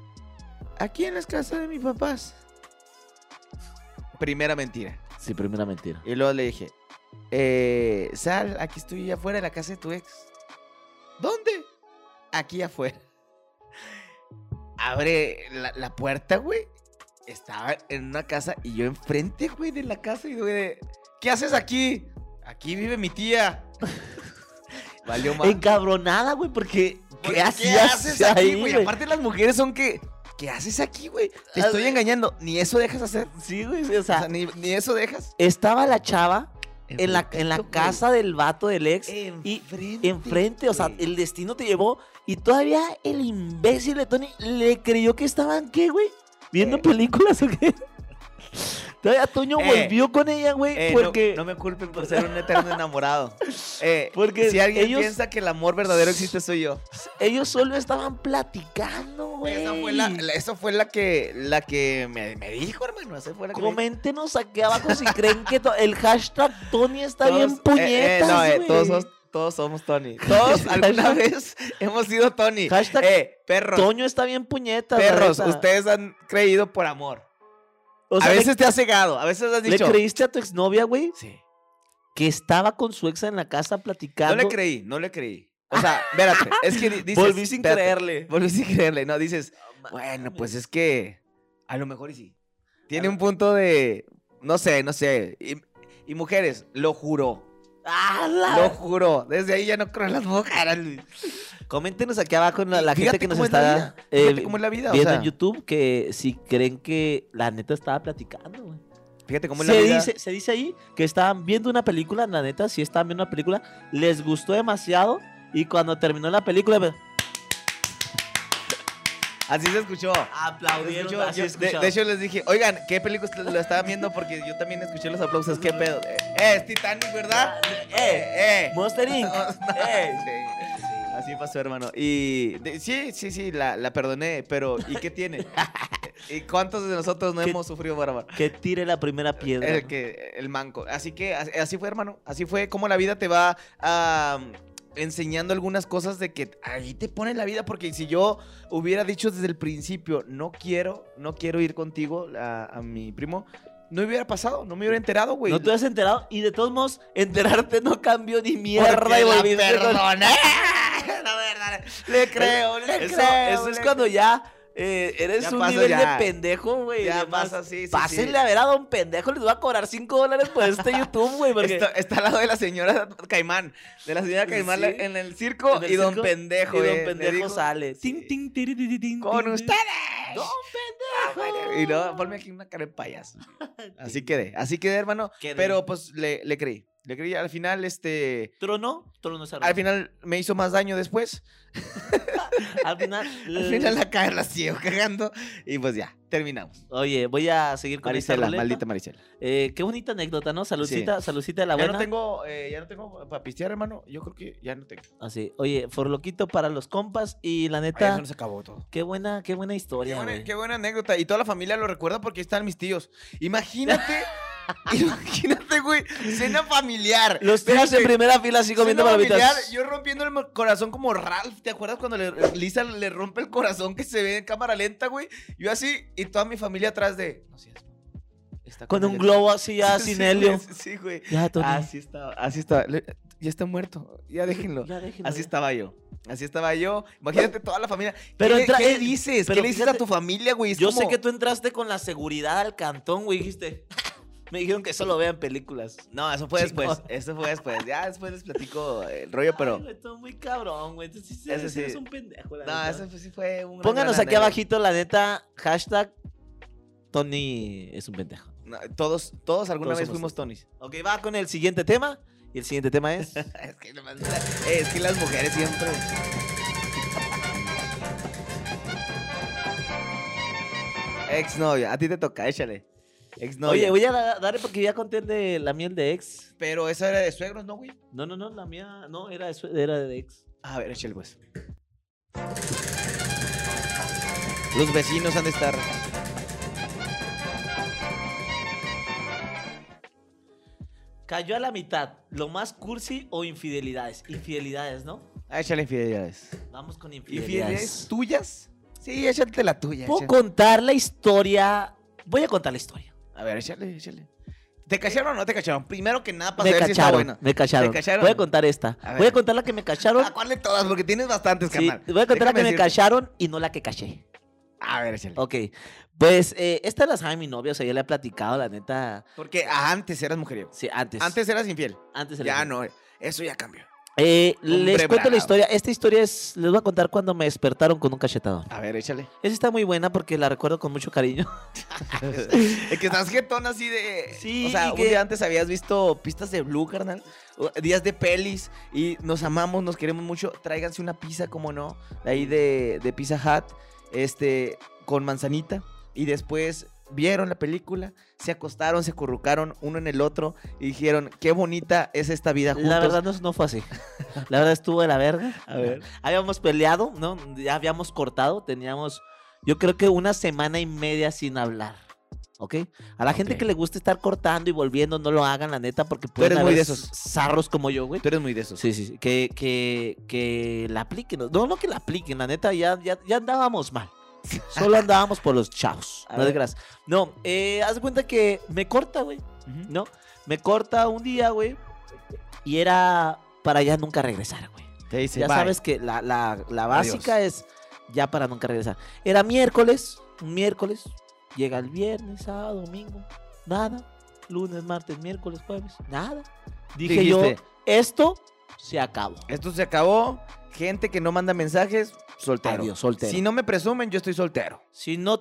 C: Aquí en las casas de mis papás. Primera mentira.
B: Sí, primera mentira.
C: Y luego le dije, eh, Sal, aquí estoy afuera de la casa de tu ex. ¿Dónde? Aquí afuera. Abre la, la puerta, güey. Estaba en una casa y yo enfrente, güey, de la casa. Y güey, de, ¿qué haces aquí? Aquí vive mi tía. [laughs] Valió más.
B: Encabronada, güey, porque ¿qué,
C: Porque,
B: hacías ahí, güey?
C: Aparte las mujeres son que... ¿Qué haces aquí, güey? Te
B: Ah,
C: estoy
B: güey.
C: engañando. Ni eso dejas hacer.
B: Sí, güey, sí, o
C: O
B: sea,
C: sea, ni, ni eso dejas.
B: estaba la chava en la, en la
C: Enfrentito, güey.
B: casa del vato del ex, y
C: Enfrente.
B: enfrente, o sea,
C: güey.
B: el destino te llevó y todavía el imbécil de Tony le creyó que estaban, ¿qué, güey? ¿Viendo
C: [laughs] Eh.
B: películas o qué? Todavía Toño
C: Eh,
B: volvió con ella, güey,
C: Eh, no-
B: porque...
C: no, me culpen por ser un eterno enamorado. [laughs] Eh,
B: Porque
C: si alguien
B: ellos-
C: piensa que el amor verdadero existe, soy yo.
B: Ellos solo estaban platicando, güey.
C: Esa fue la, la- esa fue la que, la que me, me dijo, hermano. Esa fue la que me
B: Coméntenos aquí abajo si creen que to- el hashtag Tony está
C: Todos-
B: bien
C: eh, eh,
B: puñetas,
C: no, eh,
B: güey.
C: todos, sos- todos somos
B: [laughs]
C: Tony. Todos alguna vez hemos sido Tony.
B: Hashtag
C: eh, perros,
B: Toño está bien puñetas. la
C: perros,
B: neta.
C: ustedes han creído por amor.
B: O sea,
C: a
B: le-
C: veces te has cegado, a veces has
B: le,
C: dicho.
B: creíste a tu exnovia, güey,
C: Sí.
B: que estaba con su ex en la casa platicando.
C: No le creí, no le creí.
B: [laughs]
C: O sea, espérate, es que di- dices.
B: Volví sin
C: espérate,
B: creerle.
C: Volví sin creerle, no, dices,
B: No mames.
C: bueno, pues es que a lo mejor y sí. Tiene un punto de, no sé, no sé. Y, y mujeres, lo juró,
B: ¡Ah, la-
C: lo juró. Desde ahí ya no creo en las mujeres, Luis.
B: Coméntenos aquí abajo la, la gente
C: Fíjate
B: que nos
C: cómo es la
B: está
C: vida, fíjate
B: eh,
C: cómo es la vida, o
B: viendo
C: sea.
B: en YouTube que si creen que la neta estaba platicando, güey.
C: Fíjate cómo es la
B: Se
C: vida.
B: dice, se dice ahí que estaban viendo una película, la neta, sí estaban viendo una película, les gustó demasiado y cuando terminó la película pues, me-
C: Así se escuchó.
B: aplaudieron.
C: Yo-
B: así
C: yo- de,
B: escuchaba.
C: de hecho les dije, oigan, ¿qué película est- lo estaban viendo? Porque yo también escuché los aplausos, ¿qué pedo? Eh, eh, es Titanic, ¿verdad? Eh, eh.
B: Monster [laughs] Inc. eh.
C: Sí. Así pasó, hermano. Y de- sí, sí, sí, la, la perdoné, pero ¿y
B: [laughs]
C: qué tiene? ¿Y cuántos de nosotros no
B: ¿Qué-
C: hemos sufrido por amor?
B: Que tire la primera piedra.
C: El,
B: ¿no?
C: que, el manco. Así que as- así fue, hermano. Así fue como la vida te va ah, enseñando algunas cosas de que ahí te pone la vida. Porque si yo hubiera dicho desde el principio, no quiero, no quiero ir contigo a, a mi primo, no hubiera pasado, no me hubiera enterado, güey.
B: No te has enterado y de todos modos, enterarte no cambió ni mierda
C: Porque
B: y
C: la
B: volviste con- [laughs]
C: [laughs] perdoné. La verdad, Le creo, le
B: Eso,
C: creo.
B: eso es
C: le
B: cuando ya eh, eres
C: Ya
B: un
C: pasa,
B: nivel
C: ya.
B: de pendejo, güey. de
C: Ya
B: más-
C: pasa, sí, sí, sí.
B: Pásenle a ver a don pendejo, les va a cobrar 5 dólares por [laughs] este YouTube, güey. Porque...
C: Está, está al lado de la señora Caimán. De la señora Caimán
B: Sí.
C: la- en el circo
B: En el
C: y don
B: circo,
C: pendejo.
B: Y
C: eh,
B: don
C: le
B: pendejo
C: dijo,
B: sale. Tin,
C: Sí.
B: tin, tiri, tiri, tin,
C: ¡Con
B: tin, tin.
C: ustedes!
B: Don pendejo.
C: Y no, ponme aquí una cara de [laughs] payaso. Así quedé, así quedé, hermano.
B: Quedé.
C: Pero pues le, le creí. Le creí al final, este.
B: Trono, trono se
C: Al final me hizo más daño después.
B: Al final.
C: [laughs] Al final la cara la sigo [laughs] cagando. Y pues ya, terminamos.
B: Oye, voy a seguir con esta
C: Maricela,
B: ruleta.
C: maldita Maricela.
B: Eh, qué bonita anécdota, ¿no? Saludcita, saludcita de la
C: Ya
B: buena.
C: no tengo, eh, ya no tengo para pistear, hermano. Yo creo que ya no tengo.
B: Así. Ah, Oye, forloquito para los compas y la
C: Ay,
B: neta,
C: eso nos acabó todo.
B: qué buena, qué buena
C: Qué
B: historia,
C: buena,
B: güey.
C: qué buena anécdota. Y toda la familia lo recuerda porque ahí están mis tíos. [laughs] Imagínate, imagínate, güey, cena familiar.
B: Los tíos en
C: Espérate,
B: primera fila así comiendo
C: cena
B: palomitas.
C: familiar, Yo rompiendo el mo- corazón como Ralph. ¿Te acuerdas cuando le- Lisa le rompe el corazón que se ve en cámara lenta, güey? Yo así y toda mi familia atrás de. No seas mamón, está
B: Con un
C: ella".
B: globo así ya
C: [laughs] Sí,
B: sin
C: güey,
B: helio.
C: Sí, güey.
B: Ya, Tony.
C: Así estaba, así estaba. Le- Ya está muerto. Ya
B: [laughs]
C: déjenlo.
B: ya déjenlo
C: Así
B: ya.
C: estaba yo. Así estaba yo. Imagínate toda la familia.
B: Pero
C: ¿Qué, le-
B: entra-
C: qué le
B: eh,
C: dices?
B: pero
C: ¿Qué le dices
B: fíjate,
C: a tu familia, güey? Es
B: Yo sé
C: como-
B: que tú entraste con la seguridad al cantón, güey, dijiste. [laughs] Me dijeron que eso lo vean películas.
C: No, eso fue
B: Chingón.
C: después. pues, Eso fue después. Ya después les platico el rollo, pero.
B: Ay, güey, tú muy cabrón, güey. Tú sí, sí,
C: Ese
B: sí eres
C: sí.
B: un pendejo, la
C: No,
B: neta.
C: eso fue- sí fue un.
B: Pónganos aquí abajito, la neta, hashtag Tony es un pendejo.
C: todos, todos alguna
B: Todos
C: vez
B: somos-
C: fuimos Tonys.
B: Ok, va con el siguiente tema. Y el siguiente tema [laughs] es...
C: [laughs] es, que nomás- eh, es que las mujeres siempre. Ex novia, a ti te toca, échale. Ex
B: Oye,
C: novia.
B: voy a da- darle porque ya conté el de la miel de ex.
C: Pero esa era de suegros, ¿no, güey?
B: No, no, no, la mía no, era de, su- era de ex.
C: A ver, échale pues. Los vecinos han de estar.
B: Cayó a la mitad. Lo más cursi o infidelidades. Infidelidades, ¿no?
C: Ah, échale infidelidades.
B: Vamos con infidelidades.
C: ¿Infidelidades tuyas? Sí, échate la tuya.
B: Puedo
C: échale.
B: contar la historia. Voy a contar la historia.
C: A ver, échale, échale. ¿Te cacharon o no te cacharon? Primero que nada, para
B: Me
C: saber si está
B: cacharon,
C: buena.
B: me cacharon.
C: ¿Te cacharon?
B: Voy a contar esta.
C: A
B: Voy a
C: ver.
B: contar la que me cacharon.
C: ¿A cuál de todas? Porque tienes bastantes,
B: Sí,
C: carnal.
B: voy a contar la que
C: Déjame
B: me
C: decirte.
B: cacharon y no la que caché.
C: A ver, échale.
B: Ok, pues eh, esta la sabe mi novia, o sea, yo le he platicado, la neta,
C: Porque antes eras mujeriego.
B: sí, antes.
C: Antes eras infiel.
B: antes se la
C: Ya
B: dije.
C: no, eso ya cambió.
B: Eh,
C: Hombre
B: les cuento
C: bravo.
B: la historia. Esta historia es, les voy a contar cuando me despertaron con un cachetadón.
C: A ver,
B: [laughs]
C: échale. [laughs]
B: Esa está muy buena porque la recuerdo con mucho cariño.
C: Es que estás jetón así de.
B: Sí,
C: O sea,
B: y
C: un
B: que-
C: día antes habías visto pistas de blue, carnal. o- Días de pelis. Y nos amamos, nos queremos mucho. Tráiganse una pizza, como no. de Ahí de, de Pizza Hut. Este. Con manzanita. Y después vieron la película, se acostaron, se acurrucaron uno en el otro y dijeron, qué bonita es esta vida juntos.
B: La verdad no, no fue así. La verdad estuvo de la verga.
C: A ver.
B: Habíamos peleado, ¿no? Ya habíamos cortado, teníamos, yo creo que una semana y media sin hablar. ¿Ok? A la gente
C: Ok.
B: que le gusta estar cortando y volviendo, no lo hagan, la neta, porque pueden
C: eres muy
B: haber
C: de esos.
B: zarros como yo, güey.
C: Tú eres muy de esos.
B: Sí, sí, sí. Que, que, que la apliquen. No, no que la apliquen, la neta, ya, ya, ya andábamos mal. Solo andábamos por los chavos.
C: [laughs] A
B: No
C: ver.
B: desgracias. No, eh, haz de cuenta que me corta, güey.
C: Ujú.
B: ¿no? Me corta un día, güey. Y era para ya nunca regresar, güey.
C: Te dice,
B: ya
C: "Bye".
B: sabes que la, la- la básica es ya para nunca regresar. Era miércoles, un miércoles. Llega el viernes, sábado, domingo. Nada. Lunes, martes, miércoles, jueves. Nada. Dije yo,
C: Dijiste,
B: esto se acabó.
C: Esto se acabó. Gente que no manda mensajes, soltero.
B: Adiós, soltero.
C: Si
B: Si no,
C: no me presumen, yo estoy soltero.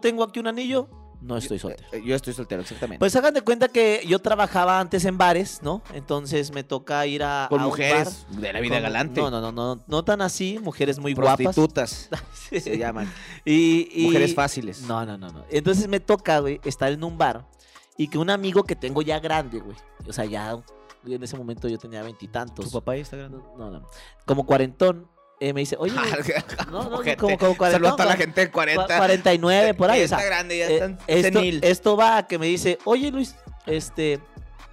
B: tengo aquí un anillo, no estoy soltero.
C: Eh, Yo estoy soltero, exactamente.
B: Pues hagan de cuenta que yo trabajaba antes en bares, ¿no? Entonces me toca ir a.
C: con
B: a un bar.
C: mujeres de la vida
B: Con-
C: galante.
B: No, no, no, no, no tan así, mujeres muy guapas.
C: prostitutas
B: [laughs] Sí. [laughs]
C: se llaman.
B: Y, y-
C: Mujeres fáciles.
B: No, no, no, no. Entonces me toca, güey, estar en un bar y que un amigo que tengo ya grande, güey. O sea, ya en ese momento yo tenía veintitantos.
C: papá ya está grande.
B: pues. [laughs] No, no, no. Como cuarentón, eh, me dice,
C: [laughs]
B: oye, güey, no, no,
C: gente.
B: como, como cuarentón.
C: Ah, Saludos a toda la
B: como
C: gente de
B: cua-
C: 40.
B: 49 por ahí.
C: Ya
B: o sea,
C: está grande, ya
B: eh,
C: están
B: esto,
C: senil.
B: esto va a que me dice, oye Luis, este,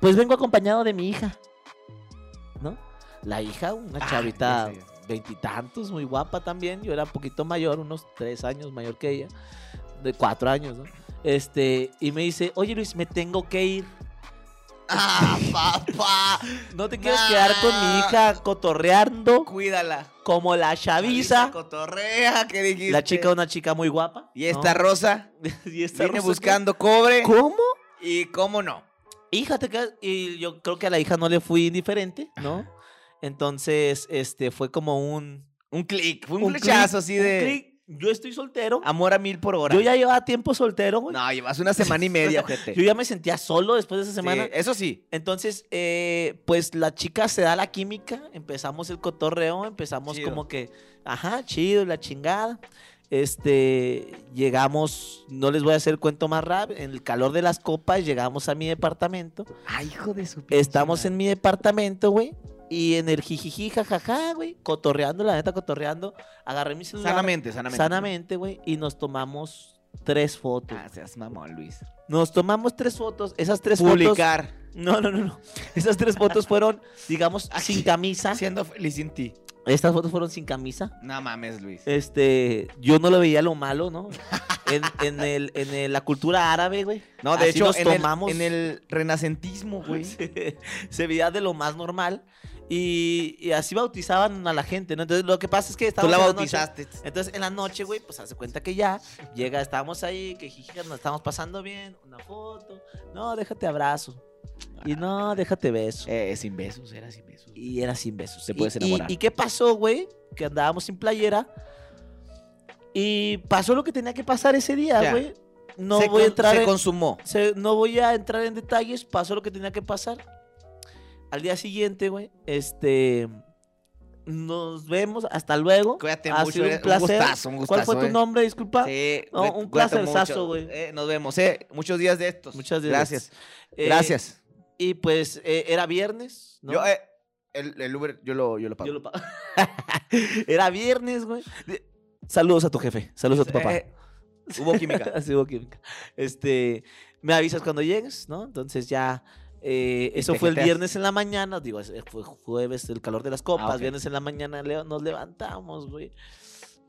B: pues vengo acompañado de mi hija. ¿No? La hija, una
C: Ah,
B: chavita
C: ya sé,
B: veintitantos, muy guapa también. Yo era un poquito mayor, unos tres años mayor que ella. De cuatro años, ¿no? Este, y me dice, oye Luis, me tengo que ir.
C: Ah, papá.
B: ¿No te quieres quedar con mi hija cotorreando
C: Cuídala.
B: como la chaviza?
C: Cotorrea, ¿qué dijiste?
B: La chica, una chica muy guapa.
C: Y
B: ¿no?
C: esta rosa
B: [laughs] Y esta
C: viene
B: rusa que-
C: buscando cobre.
B: ¿Cómo?
C: Y cómo no.
B: hija te quedas y yo creo que a la hija no le fui indiferente, ¿no? Entonces, este fue como un
C: Un clic. Fue un,
B: clic,
C: flechazo así
B: un
C: de
B: clic. Yo estoy soltero.
C: amor a mil por hora.
B: Yo ya llevaba tiempo soltero, güey.
C: No, llevas una semana y [laughs] media, ojete.
B: Yo ya me sentía solo después de esa semana.
C: Sí, eso sí.
B: Entonces, eh, pues la chica se da la química, empezamos el cotorreo, empezamos
C: Chido.
B: como que, ajá, chido, la chingada. Este, llegamos, no les voy a hacer el cuento más rápido, en el calor de las copas llegamos a mi departamento.
C: Ay, hijo de su
B: Estamos en mi departamento, güey. Y en el jijiji, jajaja, güey. Cotorreando, la neta, cotorreando. Agarré mi celular.
C: Sanamente, sanamente.
B: Sanamente, güey. Y nos tomamos tres fotos.
C: Ah, seas mamón, Luis.
B: Nos tomamos tres fotos. Esas tres
C: Publicar.
B: fotos. No, no, no, no. [laughs] Esas tres fotos fueron, digamos,
C: Ah,
B: sin camisa.
C: Siendo feliz sin ti.
B: Estas fotos fueron sin camisa.
C: No mames, Luis.
B: Este, yo no le veía lo malo,
C: [laughs]
B: ¿no? En, en el, en el- la cultura árabe, güey.
C: No, de
B: así
C: hecho,
B: nos
C: en,
B: tomamos-
C: El, en el renacentismo,
B: [laughs]
C: güey.
B: se, se veía de lo más normal. Y, y así bautizaban a la gente, ¿no? Entonces lo que pasa es que
C: Tú
B: estábamos
C: la
B: en noche-
C: bautizaste.
B: entonces en la noche, güey, pues hace cuenta que ya llega, estábamos ahí, que jiji, nos estamos pasando bien, una foto. No, déjate abrazo. Y no, déjate beso.
C: Eh, sin besos, era sin besos.
B: Y era sin besos.
C: Te puedes
B: Y- y-
C: enamorar.
B: ¿Y, qué pasó, güey? Que andábamos sin playera. Y pasó lo que tenía que pasar ese día,
C: Ya.
B: güey. No
C: se
B: voy a
C: con-
B: entrar
C: Se
B: en-
C: consumó.
B: se- no voy a entrar en detalles, pasó lo que tenía que pasar. Al día siguiente, güey, este. Nos vemos, hasta luego.
C: Cuídate
B: Ha
C: mucho.
B: sido un
C: eres-
B: placer.
C: gustazo, un
B: ¿Cuál
C: gustazo.
B: fue tu
C: eh.
B: nombre? Disculpa.
C: Sí,
B: No,
C: cuídate-
B: un
C: cuídate
B: placerzazo,
C: mucho.
B: güey.
C: Eh, nos vemos, eh. Muchos días de estos.
B: Muchas
C: Gracias.
B: Eh,
C: Gracias.
B: Y pues eh, era viernes, ¿no?
C: Yo, eh, el, el Uber, yo lo, yo lo pago.
B: Yo lo pa- [laughs] era viernes, güey. De- Saludos a tu jefe, saludos a tu papá.
C: [laughs] Eh, hubo química. [laughs]
B: Así hubo química. [laughs] Este, me avisas cuando llegues, ¿no? Entonces ya. eh, eso
C: te
B: fue el
C: jeteas.
B: viernes en la mañana, digo, es- eh, fue jueves, el calor de las copas,
C: Ah, ok.
B: viernes en la mañana leo- nos levantamos, güey.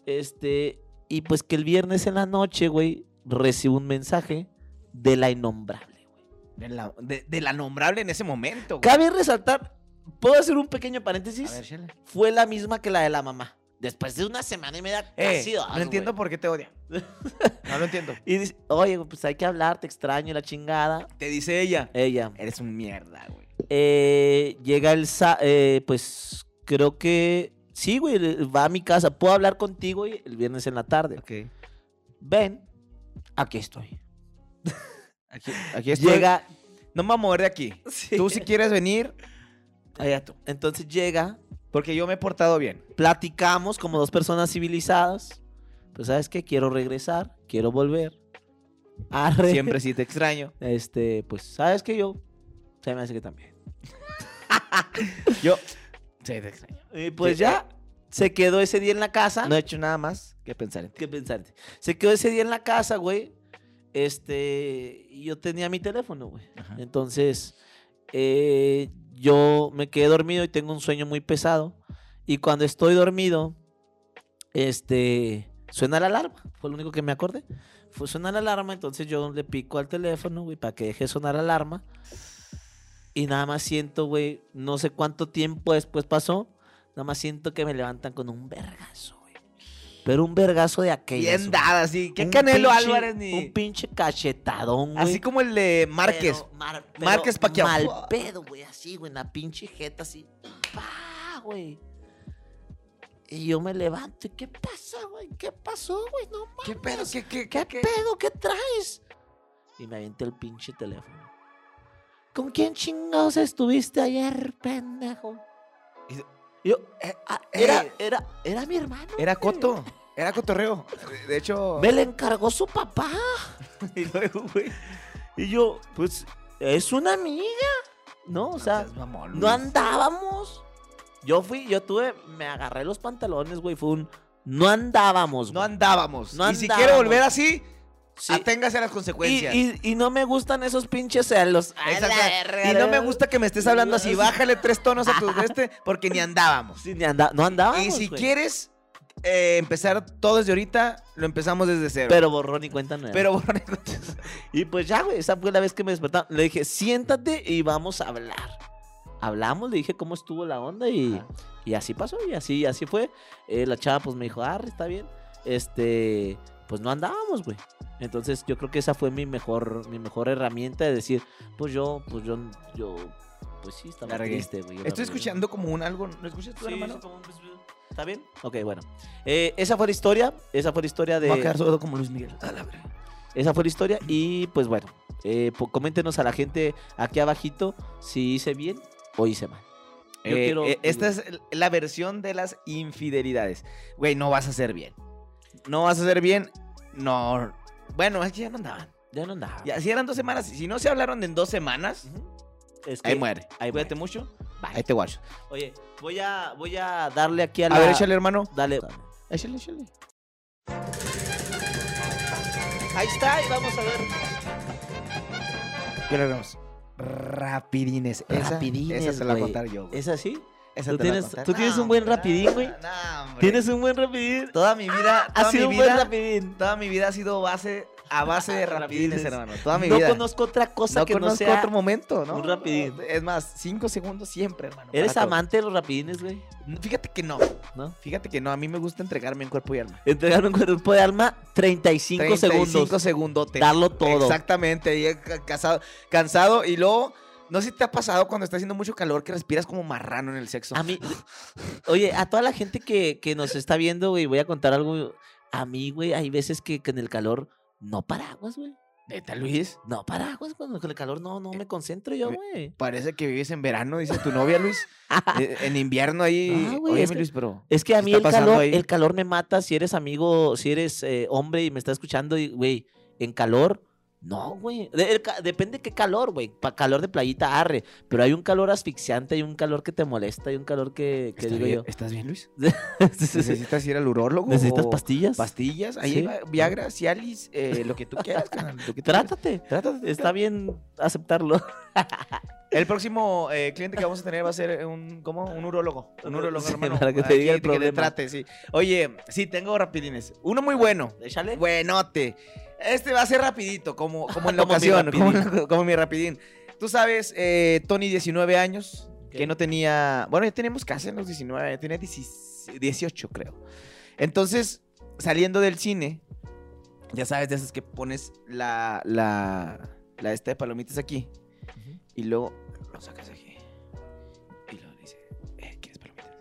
B: Este, y pues que el viernes en la noche, güey, recibo un mensaje de la innombrable, güey.
C: De la, de, de la nombrable en ese momento, güey.
B: Cabe resaltar, ¿puedo hacer un pequeño
C: A
B: paréntesis?
C: ver, Shela.
B: Fue la misma que la de la mamá. Después de una semana y media,
C: Eh,
B: casi dos,
C: no entiendo
B: güey.
C: por qué te [laughs] odia. No lo entiendo.
B: Y dice, oye, güey, pues hay que hablar, te extraño, y la chingada.
C: Te dice ella.
B: Ella.
C: Eres un mierda, güey.
B: Eh, llega el... sa- eh, pues creo que... Sí, güey, le- va a mi casa. Puedo hablar contigo y el viernes en la tarde.
C: Ok.
B: Ven, aquí estoy.
C: Aquí, aquí estoy.
B: Llega...
C: No me voy a mover de aquí. Tú si quieres venir, allá tú.
B: Entonces llega,
C: Porque yo me he portado bien.
B: platicamos como dos personas civilizadas. Pues sabes qué, quiero regresar, quiero volver. Arre.
C: Siempre sí te extraño.
B: Este, pues, ¿sabes que Yo, se me hace que también.
C: Yo. Sí, te extraño.
B: Y pues
C: Sí. eh.
B: ya, se quedó ese día en la casa.
C: No he hecho nada más que pensar en ti.
B: ¿Qué pensaste? Se quedó ese día en la casa, güey. Este, y yo tenía mi teléfono, güey.
C: Ajá.
B: Entonces, eh, yo me quedé dormido y tengo un sueño muy pesado. Y cuando estoy dormido, este, suena la alarma. Fue lo único que me acordé. Fue suena la alarma, entonces yo le pico al teléfono, güey, para que deje sonar la alarma. Y nada más siento, güey, no sé cuánto tiempo después pasó. Nada más siento que me levantan con un vergazo, güey. Pero un vergazo de aquellas. güey.
C: Bien dada, sí. ¿Qué
B: Un
C: Canelo
B: pinche-
C: Álvarez ni.
B: Un pinche cachetadón, güey.
C: Así como el de Márquez.
B: Pero Mar-
C: Márquez
B: pero
C: Pacquiao.
B: Mal pedo, güey, así, güey, en la pinche jeta, así. ¡Pah, güey! Y yo me levanto. ¿Y qué pasa, güey? ¿Qué pasó, güey? No mames.
C: ¿Qué pedo? ¿Qué, qué,
B: ¿Qué
C: qué, qué?
B: pedo? ¿Qué traes? Y me avienta el pinche teléfono. ¿Con quién chingados estuviste ayer, pendejo?
C: Y-
B: Y yo,
C: eh,
B: ah,
C: eh.
B: era, era, era mi hermano.
C: Era
B: güey.
C: Coto. Era Cotorreo. De hecho.
B: Me le encargó su papá.
C: [laughs] Y luego, güey.
B: Y yo, pues, es una amiga. No, o sea,
C: seas mamón,
B: no
C: Luis.
B: andábamos. Yo fui, yo tuve, me agarré los pantalones, güey, fue un... No andábamos.
C: No
B: güey.
C: andábamos.
B: No
C: y si
B: andábamos.
C: quiere volver así,
B: Sí.
C: aténgase a las
B: y,
C: consecuencias.
B: y, y no me gustan esos pinches celos. A
C: Esa-
B: la verga,
C: y no
B: la
C: me
B: verga.
C: gusta que me estés hablando así. Bájale tres tonos a
B: [laughs]
C: tu de este porque ni andábamos.
B: Sí, ni anda- no andábamos.
C: Y si
B: güey.
C: quieres eh, empezar todo desde ahorita, lo empezamos desde cero.
B: Pero borrón y cuenta nueva.
C: Pero [laughs] borrón y cuenta-
B: Y pues ya, güey, esa fue la vez que me despertaron. Le dije, siéntate y vamos a hablar. Hablamos, le dije cómo estuvo la onda y,
C: Ajá.
B: y así pasó, y así, así fue. Eh, la chava pues me dijo, ah, está bien. Este, pues no andábamos, güey. Entonces yo creo que esa fue mi mejor, mi mejor herramienta de decir, pues yo, pues yo, yo, pues sí, estaba
C: La regué.
B: triste, güey. yo la
C: Estoy
B: regué".
C: escuchando como un algo. ¿Lo escuchas tú,
B: Sí,
C: hermano?
B: sí, como un- pues, ¿Está bien? Ok, bueno. Eh, esa fue la historia, esa fue la historia de...
C: Voy a quedar sordo como Luis Miguel. A la verga.
B: Esa fue la historia y pues bueno, eh, po- coméntenos a la gente aquí abajito si hice bien o hice mal. Yo
C: Eh,
B: quiero-
C: eh, esta es la versión de las infidelidades. Güey, no vas a hacer bien. No vas a hacer bien. No. Bueno, es que ya no andaban.
B: Ya no andaba.
C: Ya, si eran dos semanas, si no se hablaron en dos semanas,
B: Ujú. Es
C: ahí
B: que-
C: muere.
B: ahí
C: Cuídate
B: muere.
C: mucho.
B: Bye.
C: Ahí te guacho.
B: Oye, voy a, voy a darle aquí a la...
C: A ver, échale, hermano.
B: Dale.
C: Échale, échale.
B: Ahí está y vamos a ver.
C: ¿Qué logramos? Rapidines. Esa,
B: Rapidines,
C: Esa se la voy a
B: güey.
C: contar yo. güey.
B: ¿Es así?
C: Esa
B: tú
C: te la voy a
B: tienes-
C: contar.
B: tú tienes un
C: No,
B: buen
C: hombre,
B: rapidín,
C: no,
B: güey.
C: no, hombre.
B: ¿Tienes un buen rapidín?
C: Toda mi vida.
B: Ha
C: toda mi
B: sido un buen
C: vida-
B: rapidín.
C: Toda mi vida ha sido base, a base de rapidines,
B: [laughs] Rapidines.
C: hermano. Toda mi
B: no
C: vida.
B: conozco otra cosa
C: no
B: que no
C: conozco
B: sea...
C: otro momento, ¿no?
B: un rapidín.
C: No, Es más, cinco segundos siempre, hermano.
B: Eres
C: para todo.
B: amante de los rapidines, güey,
C: Fíjate que no.
B: ¿no?
C: Fíjate que no. A mí me gusta entregarme en cuerpo y alma.
B: Entregar un cuerpo de alma 35,
C: 5
B: segundos.
C: segundotes.
B: Darlo todo.
C: Exactamente. ahí ca- casado- cansado. Y luego, no sé si te ha pasado cuando está haciendo mucho calor que respiras como marrano en el sexo.
B: A mí, oye, a toda la gente que, que nos está viendo, güey, voy a contar algo. A mí, güey, hay veces que, que en el calor no paraguas, güey.
C: Neta, Luis.
B: No paraguas, cuando con el calor no, no me concentro yo,
C: eh,
B: güey.
C: Parece que vives en verano, dice tu novia, Luis.
B: [laughs]
C: Eh, en invierno ahí.
B: Ah, güey,
C: Oye,
B: es
C: mi
B: que-
C: Luis, pero.
B: Es que a
C: ¿qué
B: mí
C: está
B: el calor,
C: pasando ahí?
B: el calor me mata. Si eres amigo, si eres eh, hombre y me está escuchando, y, güey, en calor, no, güey. De- el ca- depende qué calor, güey. Pa- calor de playita, arre. Pero hay un calor asfixiante, hay un calor que te molesta, hay un calor que, que
C: ¿Estás
B: digo
C: bien-
B: yo.
C: ¿Estás
B: [laughs]
C: bien, [laughs] Luis?
B: Sí, sí, sí.
C: ¿Necesitas ir al
B: [laughs]
C: urólogo?
B: ¿Necesitas
C: o
B: pastillas?
C: pastillas? Ahí
B: Sí.
C: va Viagra, Cialis, eh, lo que tú quieras, carnal,
B: [laughs]
C: lo que tú quieras.
B: Trátate.
C: Trátate.
B: Está bien
C: [laughs]
B: aceptarlo.
C: El próximo eh, cliente que vamos a tener va a ser un, ¿cómo? Un urólogo. Un urólogo,
B: Sí,
C: hermano.
B: para que te diga el
C: que te
B: problema.
C: trate, sí. Oye, sí, tengo rapidines. Uno muy bueno.
B: Échale.
C: Buenote. Este va a ser rapidito, como, como en
B: [laughs]
C: la
B: Como mi
C: ocasión, como,
B: rapidín.
C: la- como mi rapidín. Tú sabes, eh, Tony, 19 años, que
B: Ok.
C: no tenía... Bueno, ya tenemos casi en los 19, ya tenía 16 18, creo. Entonces, saliendo del cine, ya sabes, de esas que pones la, la, la esta de palomitas aquí y luego lo sacas aquí y luego le dice, eh, ¿quieres palomitas?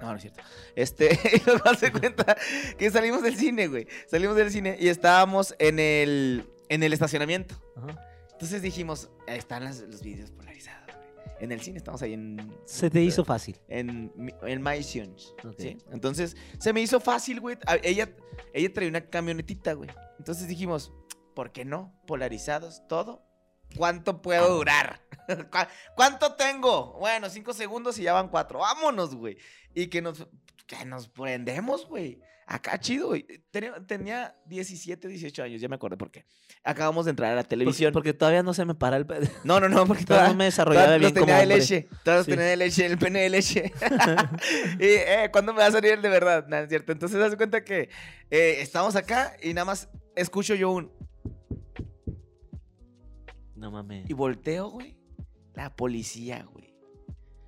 C: No, no es cierto. Este, [laughs] y luego hace cuenta que salimos del cine, güey. Salimos del cine y estábamos en el, en el estacionamiento.
B: Ajá.
C: Entonces dijimos, ahí están las- los videos polarizados, güey. En el cine, estamos ahí en...
B: Se te hizo fácil.
C: En, mi- en MySunes,
B: Ok.
C: ¿sí? Entonces, se me hizo fácil, güey. A- Ella, ella traía una camionetita, güey. Entonces dijimos, ¿por qué no? Polarizados, todo. ¿Cuánto puedo durar? [laughs] ¿Cu- ¿Cuánto tengo? Bueno, cinco segundos y ya van cuatro. Vámonos, güey. Y que nos, que nos prendemos, güey. Acá chido, güey. Tenía, tenía 17, 18 años, ya me acordé por qué. Acabamos de entrar a la televisión.
B: Porque, porque todavía no se me para el pene.
C: no, no, no, porque
B: [laughs] Todavía
C: todavía-
B: no me desarrollaba
C: Todas
B: bien
C: los
B: como
C: tenía de
B: hombre.
C: leche. Todas
B: Sí.
C: tenía de leche, el pene de
B: [laughs]
C: leche. y, eh, ¿cuándo me va a salir el de verdad? Nada, es cierto. Entonces, das cuenta que eh, estamos acá y nada más escucho yo un.
B: No mames.
C: Y volteo, güey. La policía, güey.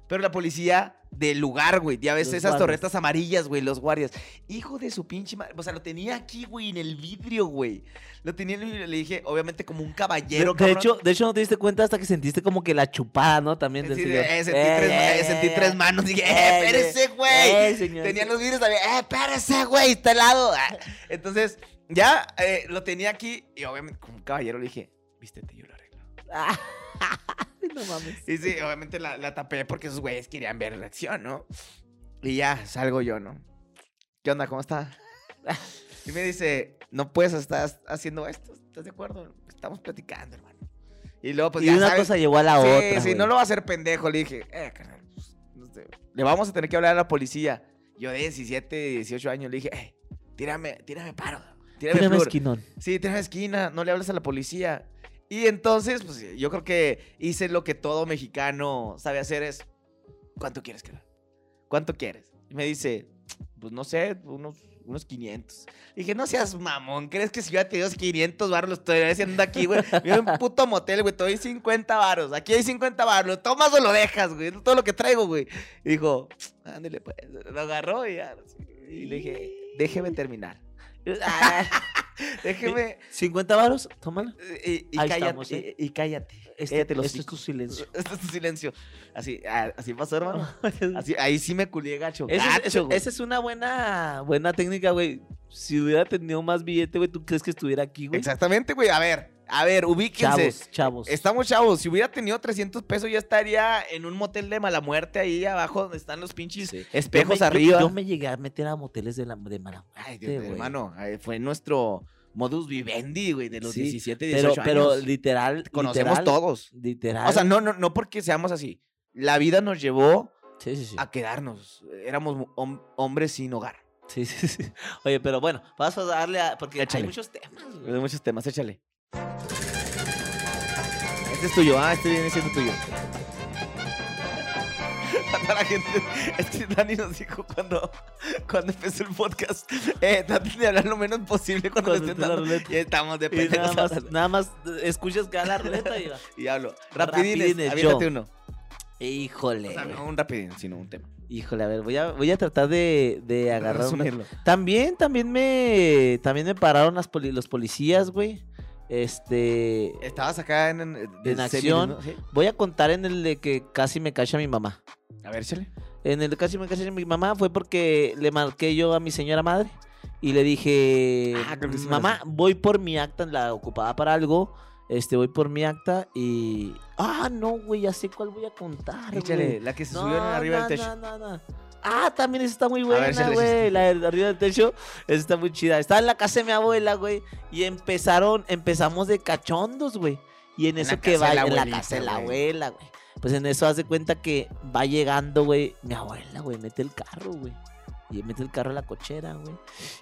C: Pero la policía del lugar, güey. Ya ves
B: Los
C: esas
B: guardias.
C: torretas amarillas, güey, los guardias. Hijo de su pinche madre. O sea, lo tenía aquí, güey, en el vidrio, güey. Lo tenía en el vidrio. Le dije, obviamente, como un
B: De,
C: caballero.
B: de
C: cabrón.
B: hecho, de hecho, no te diste cuenta hasta que sentiste como que la chupada, ¿no? También
C: Sí,
B: del señor.
C: eh, sentí,
B: Eh,
C: tres,
B: eh,
C: eh, sentí
B: eh,
C: tres manos. [laughs] Dije,
B: eh,
C: eh, espérese, güey.
B: eh, señor,
C: Tenía
B: sí. [laughs]
C: los vidrios también. ¡Eh, espérese, güey! ¡Está helado! [laughs] Ah, Entonces, ya eh, lo tenía aquí y obviamente, como un caballero, le dije, vístete, yo lo arreglo.
B: no mames.
C: Y sí, obviamente la, la tapé porque esos güeyes querían ver reacción, ¿no? Y ya, salgo yo, ¿no? ¿Qué onda? ¿Cómo está? [laughs] Y me dice, no puedes estar haciendo esto. ¿Estás de acuerdo? Estamos platicando, hermano. Y luego, pues
B: y
C: ya
B: una
C: sabes,
B: cosa llevó a la
C: sí,
B: otra.
C: Sí,
B: güey.
C: no lo va a hacer pendejo, le dije. Eh, carnal, pues, no sé, le vamos a tener que hablar a la policía. Yo de 17, 18 años le dije, eh, tírame, tírame paro. Tírame,
B: Tírame
C: flúor".
B: esquinón.
C: Sí, tírame esquina, no le hables a la policía. Y entonces, pues yo creo que hice lo que todo mexicano sabe hacer es, ¿cuánto quieres, carnal? ¿Cuánto quieres? Y me dice, pues no sé, unos, unos 500. Le dije, no seas mamón, ¿crees que si yo ya te digo 500 baros los estoy haciendo aquí, güey? Yo en un puto motel, güey, te doy 50 baros. Aquí hay 50 baros, ¿lo tomas o lo dejas, güey? Es todo lo que traigo, güey. Y dijo, ándale, pues. Lo agarró y ya. Y le dije, déjeme terminar.
B: [laughs]
C: ah, Déjeme.
B: 50 varos, tómalo.
C: Y, y
B: Ahí
C: cállate.
B: estamos,
C: [laughs]
B: ¿eh?
C: y, y cállate.
B: Este,
C: cállate los
B: este es tu silencio.
C: Este es tu silencio. Así, a- así pasó, hermano.
B: [laughs]
C: [laughs] Así, ahí sí me culié gacho.
B: Esa es-
C: gacho,
B: eso-
C: güey.
B: esa es una buena, buena técnica, güey. Si hubiera tenido más billete, güey, ¿tú crees que estuviera aquí, güey?
C: Exactamente, güey. A ver, a ver, ubíquense.
B: Chavos, chavos.
C: Estamos chavos. Si hubiera tenido 300 pesos, ya estaría en un motel de mala muerte ahí abajo donde están los pinches
B: Sí. Yo
C: espejos
B: me- yo-
C: arriba.
B: Yo, me llegué a meter a moteles de, la, de mala
C: Ay,
B: muerte,
C: Dios mío,
B: güey.
C: hermano. ay, Fue nuestro modus vivendi, güey, de los
B: Sí,
C: 17, 18
B: Pero, pero
C: años.
B: literal,
C: Conocemos
B: literal,
C: todos.
B: Literal.
C: O sea, no, no, no porque seamos así. La vida nos llevó
B: sí, sí, sí.
C: a quedarnos. Éramos mu- hom- hombres sin hogar.
B: Sí, sí, sí. Oye, pero bueno, vas a darle a. Porque
C: Échale.
B: hay muchos temas,
C: De [laughs]
B: güey.
C: muchos temas, échale. Este es tuyo, ah, este viene siendo [laughs] tuyo. Para la gente, es que Dani nos dijo cuando, cuando empezó el podcast, eh, traten de hablar lo menos posible cuando,
B: Cuando
C: le estén
B: esté la
C: dando-
B: ruleta.
C: Y estamos de
B: Y
C: pendejos
B: nada más,
C: hablando.
B: nada más escuchas que da la ruleta
C: [laughs]
B: y va.
C: Y hablo. Rapidines,
B: Rapidines,
C: aviéntate
B: yo. Eh.
C: uno.
B: Híjole.
C: O sea, no un rapidín, sino un tema.
B: Híjole, a ver, voy a, voy a tratar de, de agarrar una-
C: Resumirlo.
B: También, también me. También me pararon las poli- los policías, güey. Este.
C: Estabas acá en, en, de semis,
B: acción.
C: ¿no? Sí.
B: Voy a contar en el de que casi me cacha mi mamá.
C: A ver, échale.
B: En el de casi me cacha mi mamá fue porque le marqué yo a mi señora madre y le dije,
C: Ah, creo que sí me la
B: mamá, voy por mi acta, la ocupaba para algo, este, voy por mi acta y... Ah, no, güey, ya sé cuál voy a contar.
C: Échale,
B: Ah, güey.
C: la que se
B: No,
C: subió en arriba
B: no,
C: del techo.
B: no, no, no. Ah, también esa está muy
C: ver,
B: buena,
C: échale,
B: güey.
C: échale.
B: La de arriba del techo esa está muy chida. Estaba en la casa de mi abuela, güey. Y empezaron, empezamos de cachondos, güey. Y en
C: En
B: eso
C: la
B: que
C: casa
B: va
C: de la
B: en la
C: abuelita,
B: casa de la
C: güey.
B: abuela, güey. Pues en eso hace cuenta que va llegando, güey. Mi abuela, güey, mete el carro, güey. Y mete el carro a la cochera, güey.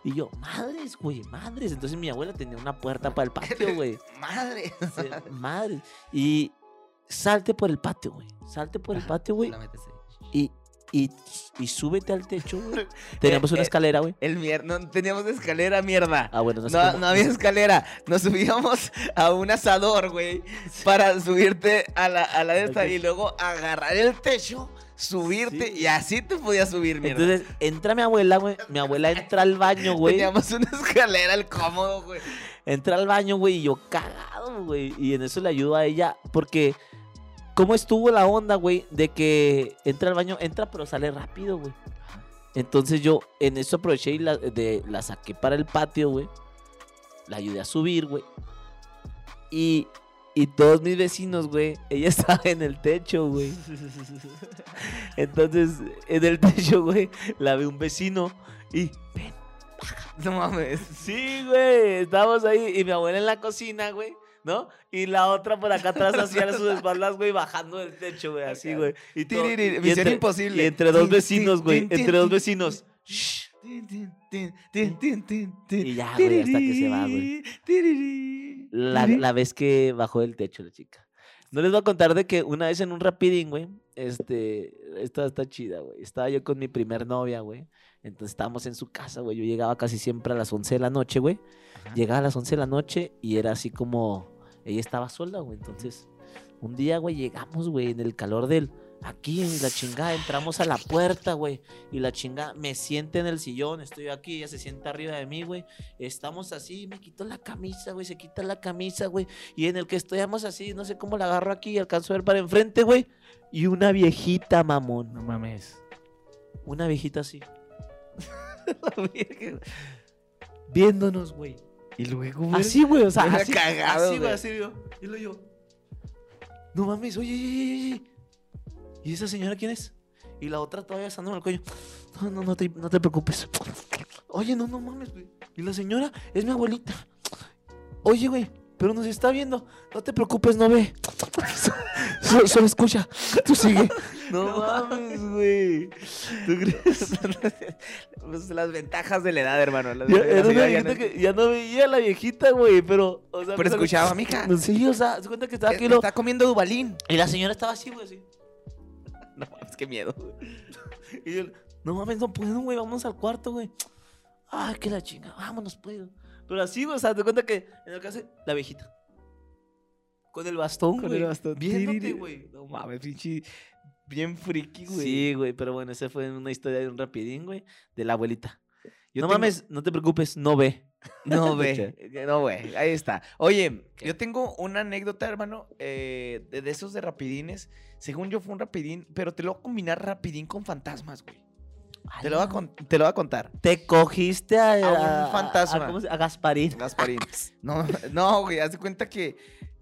B: Y yo, madres, güey, madres. Entonces mi abuela tenía una puerta
C: [laughs]
B: para el patio, güey.
C: Madre.
B: Sí, madre. Y salte por el patio, güey. Salte por el patio, güey.
C: La metes ahí.
B: Y, y, y súbete al techo, güey.
C: [laughs]
B: Teníamos una
C: eh.
B: escalera, güey.
C: El mier... no teníamos escalera, mierda.
B: Ah, bueno, no sé
C: No,
B: cómo-
C: no había escalera. Nos subíamos a un asador, güey, para subirte a la, a la de esta
B: Ok.
C: y luego agarrar el techo, subirte
B: Sí.
C: y así te podías subir, mierda.
B: Entonces, entra mi abuela, güey. Mi abuela entra al
C: [laughs]
B: baño, güey.
C: Teníamos una escalera al cómodo, güey.
B: Entra al baño, güey, y yo cagado, güey. Y en eso le ayudo a ella, porque cómo estuvo la onda, güey, de que entra al baño, entra pero sale rápido, güey. Entonces yo en eso aproveché y la, de- la saqué para el patio, güey. La ayudé a subir, güey. Y, y todos mis vecinos, güey, ella [laughs] estaba en el techo, güey. Entonces, en el techo, güey, la ve un vecino y, ven,
C: No mames.
B: Sí, güey, estábamos ahí y mi abuela en la cocina, güey, ¿no? Y la otra por acá atrás hacía
C: [laughs]
B: sus espaldas, güey, bajando del techo, güey, así, güey. Y, todo-
C: Tiriri,
B: y
C: misión
B: entre-
C: imposible.
B: Y entre dos
C: Tin, tin,
B: vecinos, güey,
C: tin, tin,
B: entre dos
C: tin,
B: vecinos. Shh. Y ya, güey, hasta que se va, güey.
C: [laughs]
B: La, la vez que bajó del techo la chica. No les voy a contar de que una vez en un rapidín, güey, este, esta está chida, güey. Estaba yo con mi primer novia, güey. Entonces estábamos en su casa, güey. Yo llegaba casi siempre a las 11 de la noche, güey.
C: Ajá.
B: Llegaba a las 11 de la noche y era así como... Ella estaba sola, güey. Entonces, un día, güey, llegamos, güey, en el calor del... Aquí, en la chingada, entramos a la puerta, güey. Y la chingada me siente en el sillón, estoy aquí, ella se sienta arriba de mí, güey. Estamos así, me quito la camisa, güey, se quita la camisa, güey. Y en el que estoyamos así, no sé cómo la agarro aquí y alcanzo a ver para enfrente, güey. Y una viejita, mamón.
C: No mames.
B: Una viejita
C: [laughs]
B: así. Viéndonos, güey.
C: Y luego, güey.
B: Así, güey, o sea,
C: Hubiera
B: así,
C: cagado,
B: así, güey,
C: güey.
B: así yo. Y lo yo. No mames, oye, oye, oye, oye. ¿Y esa señora quién es? Y la otra todavía asándome el cuello. No, no, no te, no te preocupes. Oye, no, no mames, güey. Y la señora es mi abuelita. Oye, güey, pero nos está viendo. No te preocupes, no ve. [laughs] Solo, solo escucha. Tú sigue. No, mames, güey.
C: [laughs]
B: ¿Tú crees?
C: Pues las ventajas de la edad, hermano. las-
B: Ya,
C: la
B: era una
C: señora ya
B: viejita
C: no-
B: que ya no veía a la viejita, güey, pero... O sea,
C: Pero
B: me salió-
C: escuchaba, mija.
B: No, Sí, o sea, se cuenta que estaba aquí
C: Eh,
B: lo...
C: Está comiendo Dubalín.
B: Y la señora estaba así, güey, así.
C: No mames, qué miedo.
B: Y yo, no mames, no puedo, güey, vamos al cuarto, güey. Ay, qué la chinga, vámonos, puedo. Pero así, güey, o sea, te cuenta que en el caso, la viejita. Con el bastón, güey.
C: Con el bastón.
B: Viéndote,
C: Tiriri.
B: güey. No
C: No
B: mames.
C: mames, pinche. Bien friki, güey.
B: Sí, güey, pero bueno, esa fue una historia de un rapidín, güey, de la abuelita.
C: Yo
B: no
C: tengo-
B: mames, no te preocupes, no ve.
C: [laughs]
B: [laughs]
C: No, güey. No, güey. Ahí está. Oye, yo tengo una anécdota, hermano, eh, de, de esos de rapidines. Según yo fue un rapidín, pero te lo voy a combinar rapidín con fantasmas, güey. Te lo voy a, con- te lo voy a contar.
B: Te cogiste a,
C: A un
B: a- a-
C: fantasma.
B: ¿cómo se- a Gasparín.
C: Gasparín. [laughs] No, no, güey. Haz de cuenta que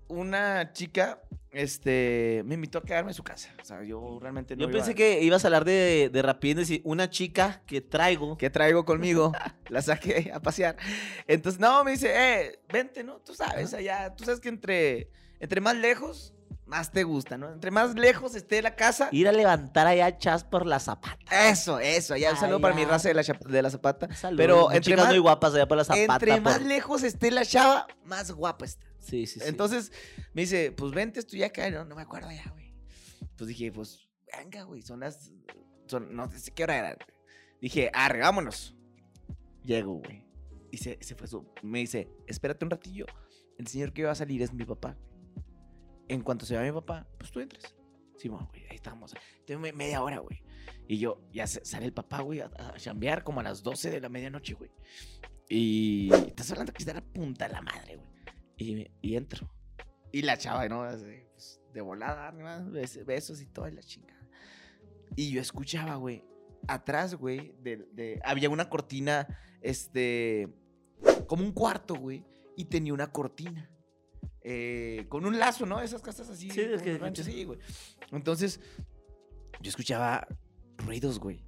C: una chica este, me invitó a quedarme en su casa. O sea, yo realmente no
B: Yo
C: iba-
B: pensé que ibas a hablar de, de rapidines y una chica que traigo.
C: que traigo conmigo, [laughs] la saqué a pasear. Entonces, no, me dice, eh, vente, ¿no? Tú sabes, allá, tú sabes que entre, entre más lejos, más te gusta, ¿no? Entre más lejos esté la casa,
B: Ir a levantar allá chas por la zapata.
C: eso, eso, allá, un saludo para mi
B: Allá.
C: raza de la, chap- de la zapata.
B: Saludos,
C: Pero
B: muy
C: entre
B: chicas
C: más-
B: muy guapas allá por la zapata.
C: entre más
B: por-
C: lejos esté la chava, más guapa está.
B: Sí, sí, sí.
C: Entonces, me dice, pues vente, estoy acá, no, no me acuerdo ya, güey. Pues dije, pues, venga, güey, son las, son, no sé qué hora era. Dije, arre, vámonos. Llego, güey. Y se, se fue su, me dice, espérate un ratillo, el señor que va a salir es mi papá. En cuanto se va mi papá, pues tú entres. Simón, güey, ahí estamos. Tengo me- media hora, güey. Y yo, ya se- sale el papá, güey, a, a chambear como a las 12 de la medianoche, güey. Y estás hablando que está la punta de la madre, güey. Y, me- y entro. Y la chava, ¿no? Así, pues, de volada, ni más, bes- besos y toda la chingada. Y yo escuchaba, güey, atrás, güey, de, de- había una cortina, este, como un cuarto, güey, y tenía una cortina. eh, con un lazo, ¿no? Esas casas así.
B: Sí, es
C: como
B: que-
C: de rancho, sí, güey. Entonces, yo escuchaba ruidos, güey.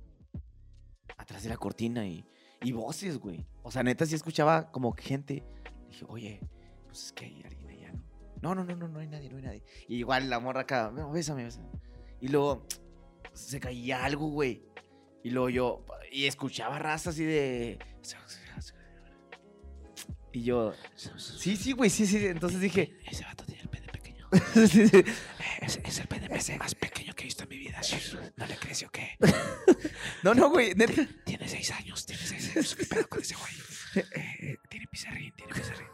C: Atrás de la cortina y, y voces, güey. O sea, neta, sí escuchaba como que gente. Dije, oye, pues es que hay alguien allá, ¿no? No, no, no, no, no hay nadie, no hay nadie. Y igual la morra acá, no, bésame, bésame. Y luego se caía algo, güey. Y luego yo, y escuchaba raza así de. Y yo, sí, sí, güey, sí, sí. Entonces dije, [laughs]
B: Ese vato tiene el pene pequeño.
C: sí, sí.
B: Es, es el pene más pequeño que he visto en mi vida. ¿No le creció que
C: no, no, güey, neta.
B: Tiene seis años, tiene seis años. ¿Qué pedo con ese güey? Eh, tiene pizarrín, tiene pizarrín.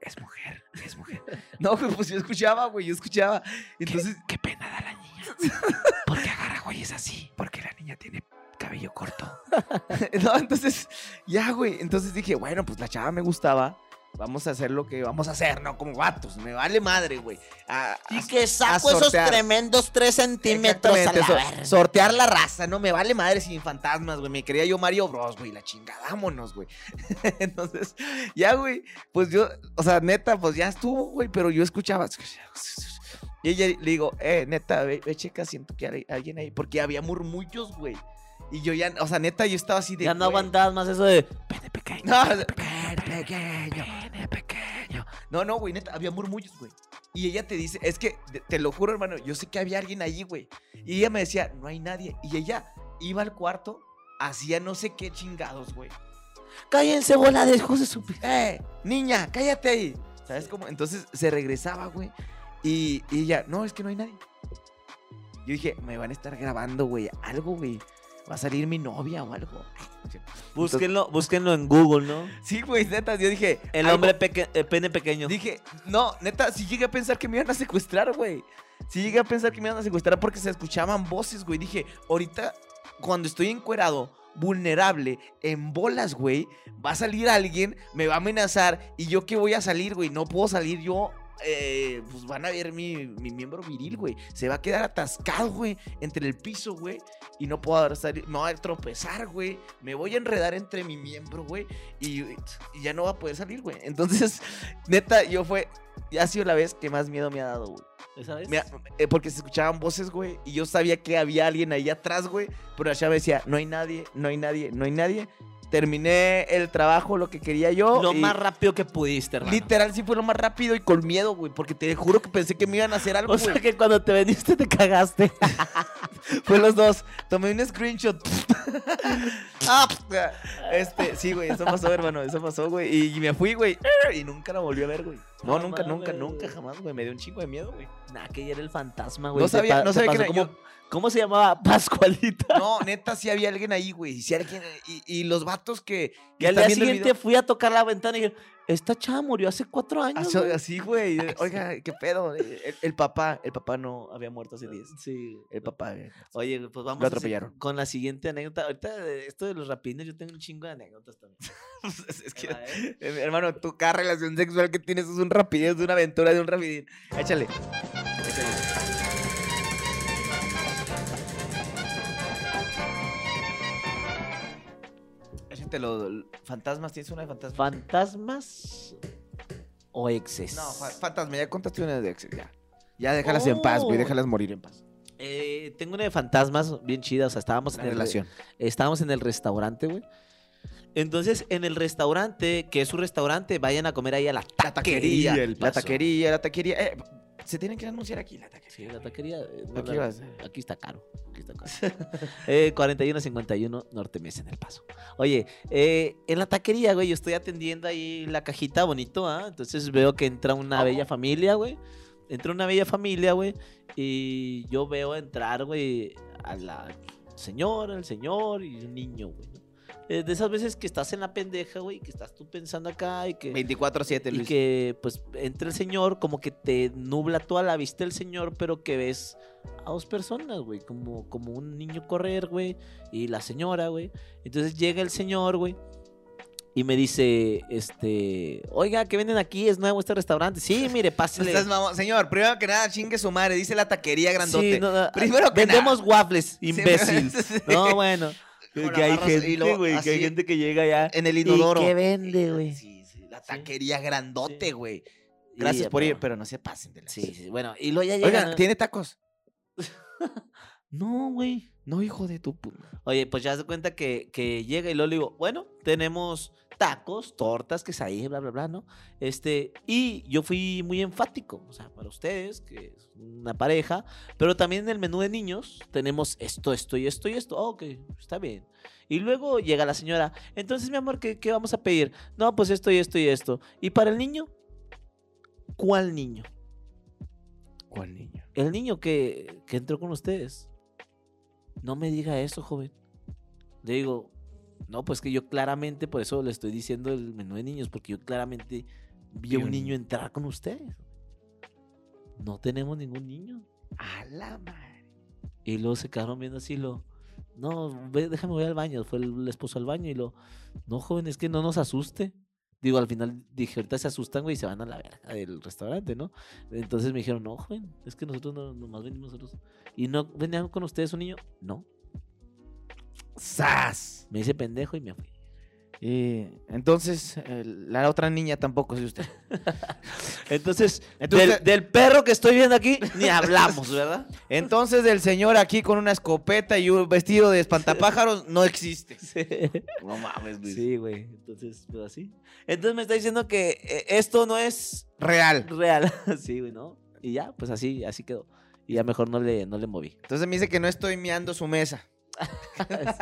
B: Es mujer, es mujer.
C: [laughs] No, güey, pues yo escuchaba, güey, yo escuchaba. Entonces,
B: Qué pena da la niña.
C: [laughs]
B: Porque agarra güeyes así. Porque la niña tiene cabello corto.
C: [laughs] no, entonces, ya, güey. Entonces dije, bueno, pues la chava me gustaba. Vamos a hacer lo que vamos a hacer, ¿no? Como vatos, me vale madre, güey. Ah, A- a-
B: Y que saco
C: a
B: esos
C: sortear.
B: tremendos 3 centímetros a
C: Exactamente,
B: la
C: so-
B: verga.
C: Sortear la raza, no me vale madre sin fantasmas, güey. Me creía yo Mario Bros, güey. La chingada, vámonos, güey. [laughs] Entonces, ya, güey. Pues yo, o sea, neta, pues ya estuvo, güey. Pero yo escuchaba. Y ella le digo, eh, neta, ve, ve, checa, siento que hay alguien ahí. Porque había murmullos, güey. Y yo ya, o sea, neta, yo estaba así de.
B: Ya no
C: "Güey".
B: aguantabas más eso de pene pequeño.
C: No,
B: pene
C: de-
B: pequeño, pene pequeño.
C: No, no, güey, neta, había murmullos, güey. Y ella te dice, es que, te- te lo juro, hermano, yo sé que había alguien allí, güey. Y ella me decía, no hay nadie. Y ella iba al cuarto, hacía no sé qué chingados, güey.
B: Cállense, bola de hijos de su pi-
C: ¡Eh, niña, cállate ahí! ¿Sabes cómo? Entonces se regresaba, güey. Y, y ella, no, es que no hay nadie. Yo dije, me van a estar grabando, güey, algo, güey. Va a salir mi novia o algo.
B: Búsquenlo, búsquenlo en Google, ¿no?
C: Sí, güey, neta, yo dije.
B: El
C: algo-
B: hombre peque- eh, pene pequeño.
C: Dije, no, neta, sí llegué a pensar que me iban a secuestrar, güey. Sí llegué a pensar que me iban a secuestrar porque se escuchaban voces, güey. Dije, ahorita, cuando estoy encuerado, vulnerable, en bolas, güey, va a salir alguien, me va a amenazar y yo qué voy a salir, güey. No puedo salir yo. eh, pues van a ver mi, mi miembro viril, güey. Se va a quedar atascado, güey, entre el piso, güey. Y no puedo salir. Me voy a tropezar, güey. Me voy a enredar entre mi miembro, güey. Y, y ya no va a poder salir, güey. Entonces, Neta, yo fue. Ha sido la vez que más miedo me ha dado, güey.
B: ¿Esa vez?
C: Me ha- eh, porque se escuchaban voces, güey. Y yo sabía que había alguien ahí atrás, güey. Pero allá me decía, no hay nadie, no hay nadie, no hay nadie. Terminé el trabajo, lo que quería yo.
B: Lo
C: y
B: más rápido que pudiste, hermano.
C: Literal, sí fue lo más rápido y con miedo, güey. Porque te juro que pensé que me iban a hacer algo,
B: O sea
C: güey.
B: que cuando te veniste te cagaste.
C: Fue los dos. Tomé
B: [laughs]
C: un screenshot. Ah, este, sí, güey, eso pasó, hermano. Eso pasó, güey. Y, y me fui, güey. Y nunca la volví a ver, güey. No,
B: No
C: nunca, nunca,
B: mames.
C: nunca, jamás, güey. Me dio un chingo de miedo, güey.
B: [laughs] Nah, que ya era el fantasma, güey.
C: No
B: Te
C: sabía,
B: pa-
C: no
B: te
C: sabía que
B: pasó
C: era
B: como- ¿Cómo se llamaba? [laughs] Pascualita.
C: No, neta, sí había alguien ahí, güey. Sí alguien, y, y los vatos que.
B: Y
C: que
B: al día
C: están viendo el
B: siguiente fui a tocar la ventana y dije, esta chava murió hace cuatro
C: video-
B: años.
C: Así,
B: güey".
C: así, güey. [laughs] Oiga, qué pedo. Eh, El, el papá, el papá no había muerto hace 10.
B: Sí.
C: El papá. eh. güey.
B: Oye, pues vamos
C: Lo
B: a seguir
C: atropellaron.
B: con la siguiente anécdota. Ahorita de esto de los rapines, yo tengo un chingo de anécdotas también.
C: [laughs] Es- es que-
B: Ahí va, ¿eh?
C: eh, hermano, tu cada relación sexual que tienes es un rapidez, de una aventura, de un rapidín. Échale. Échate los fantasmas. ¿Tienes una de fantasmas?
B: ¿Fantasmas o exes?
C: No, fa- fantasma, ya contaste una de exes, ya. Ya déjalas en paz, güey,
B: Oh.
C: déjalas morir en paz.
B: Eh, tengo una de fantasmas bien chida. O sea, estábamos en
C: La
B: el re-
C: relación.
B: Estábamos en el restaurante, güey. Entonces, en el restaurante, que es un restaurante, vayan a comer ahí a la
C: La
B: taquería.
C: taquería, la
B: paso.
C: taquería, la taquería. Eh, se tienen que anunciar aquí, la taquería.
B: Sí, la taquería. eh, no
C: Aquí
B: la-
C: vas.
B: Aquí está caro. Aquí está caro. [laughs] eh, 4151 Norte Mesa en el paso. Oye, eh, en la taquería, güey, yo estoy atendiendo ahí la cajita bonito, ¿ah? Entonces veo que entra una bella familia, güey. Entra una bella familia, güey. Y yo veo entrar, güey, a la señora, el señor y un niño, güey. ¿no? Eh, de esas veces que estás en la pendeja, güey, que estás tú pensando acá y que
C: 24-7,
B: y [laughs]
C: Luis.
B: que pues entre el señor como que te nubla toda la vista el señor pero que ves a dos personas güey como como un niño correr güey y la señora güey entonces llega el señor güey y me dice este oiga que venden aquí es nuevo este restaurante sí mire pásele
C: Estás mamón. Señor, primero que nada, chingue su madre, dice la taquería grandote.
B: Sí, no, no, ah,
C: Primero que
B: vendemos waffles
C: Sí,
B: imbécil
C: [laughs] sí.
B: no bueno
C: Con
B: que hay
C: amarras y
B: gente
C: luego
B: güey que hay
C: así,
B: gente que llega ya
C: En el
B: y
C: inodoro.
B: que vende güey
C: Sí, sí, la taquería grandote,
B: Sí.
C: güey.
B: Y,
C: Gracias por ir,
B: bueno,
C: pero no se pasen de la
B: sí, sí, bueno y luego ya llega
C: Oigan, ¿tiene tacos?
B: no güey
C: No, hijo de tu puta.
B: Oye, pues ya se cuenta que, que llega y luego le digo, bueno, tenemos tacos, tortas, quesadillas, bla, bla, bla, ¿no? Este, y yo fui muy enfático, o sea, para ustedes, que es una pareja, pero también en el menú de niños tenemos esto, esto y esto y esto. Ah, ok, está bien. Y luego llega la señora, entonces, mi amor, ¿qué, qué vamos a pedir? No, pues esto y esto y esto. ¿Y para el niño? ¿Cuál niño?
C: ¿Cuál niño?
B: El niño que, que entró con ustedes. No me diga eso, joven. Le digo, no, pues que yo claramente, por eso le estoy diciendo el menú de niños, porque yo claramente vi a
C: Vi
B: un
C: un
B: niño entrar con ustedes. No tenemos ningún niño.
C: A la madre.
B: Y luego se quedaron viendo así, lo, no, ve, déjame voy al baño. Fue el, el esposo al baño y lo, no, joven, es que no nos asuste. Digo, al final dije, ahorita se asustan, güey, y se van a la verga del restaurante, ¿no? Entonces me dijeron, no, joven, es que nosotros no, nomás venimos nosotros. ¿Y no venían con ustedes un niño? No.
C: ¡Sas!
B: Me hice pendejo y me fui.
C: Y entonces, eh, la otra niña tampoco, si usted.
B: Entonces,
C: Entonces-
B: del, del perro que estoy viendo aquí, ni hablamos, ¿verdad?
C: Entonces, el señor aquí con una escopeta y un vestido de espantapájaros no existe.
B: Sí.
C: No mames, Luis.
B: Sí, güey. Entonces, pues así. Entonces me está diciendo que eh, esto no es
C: Real.
B: real. [laughs] sí, güey, ¿no? Y ya, pues así, así quedó. Y ya mejor no le, no le
C: [laughs]
B: moví. [laughs]
C: Entonces me dice que no estoy miando su mesa.
B: Pues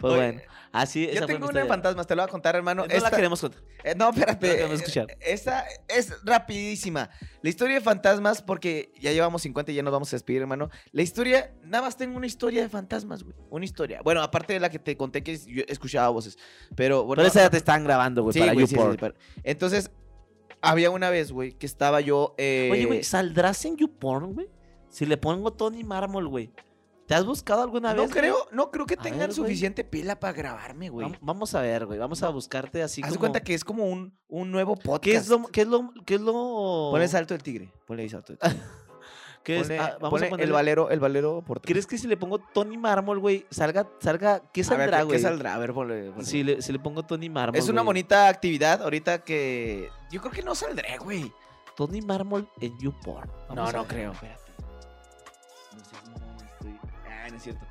C: Oye,
B: bueno, así esa
C: Yo
B: fue
C: tengo
B: mi
C: una de
B: historia.
C: fantasmas, te lo voy a contar, hermano.
B: No la
C: Esta-
B: queremos contar.
C: Eh, no, espérate.
B: No la queremos escuchar.
C: Eh, Esta es rapidísima. La historia de fantasmas, porque ya llevamos 50 y ya nos vamos a despedir, hermano. La historia, nada más tengo una historia de fantasmas, güey. Una historia. Bueno, aparte de la que te conté que yo escuchaba voces. Pero bueno.
B: Pero esa ya te están grabando, güey,
C: sí,
B: para
C: güey, sí, sí,
B: YouPorn.
C: sí, para- Entonces, había una vez, güey, que estaba yo. eh,
B: Oye, güey, ¿saldrás en YouPorn, güey? Si le pongo Tony Mármol, güey. ¿Te has buscado alguna
C: No
B: vez? güey?
C: creo, no creo que
B: A
C: tengan
B: ver, güey.
C: suficiente pila para grabarme, güey.
B: Vam- Vamos a ver, güey. Vamos a buscarte así
C: Haz de
B: como...
C: cuenta que es como un, un nuevo podcast.
B: ¿Qué es lo... ¿Qué es lo...? ¿Qué es lo...?
C: Ponle salto del tigre. Ponle ahí salto del tigre.
B: ¿Qué es?
C: Ponle-
B: Ah, vamos
C: ponle
B: a ponerle-
C: el valero, el valero por
B: ¿Crees que si le pongo Tony Mármol, güey, salga, salga, qué
C: A ver,
B: saldrá,
C: ¿qué-
B: güey?
C: ¿Qué saldrá? A ver, ponle. ponle.
B: Si le, si le pongo Tony Mármol.
C: es una
B: güey.
C: bonita actividad ahorita que. Yo creo que no saldré, güey.
B: Tony Mármol en YouPorn.
C: No,
B: Vamos a
C: no
B: ver.
C: creo. Espérate. No sé, no, estoy. Ah, no es cierto.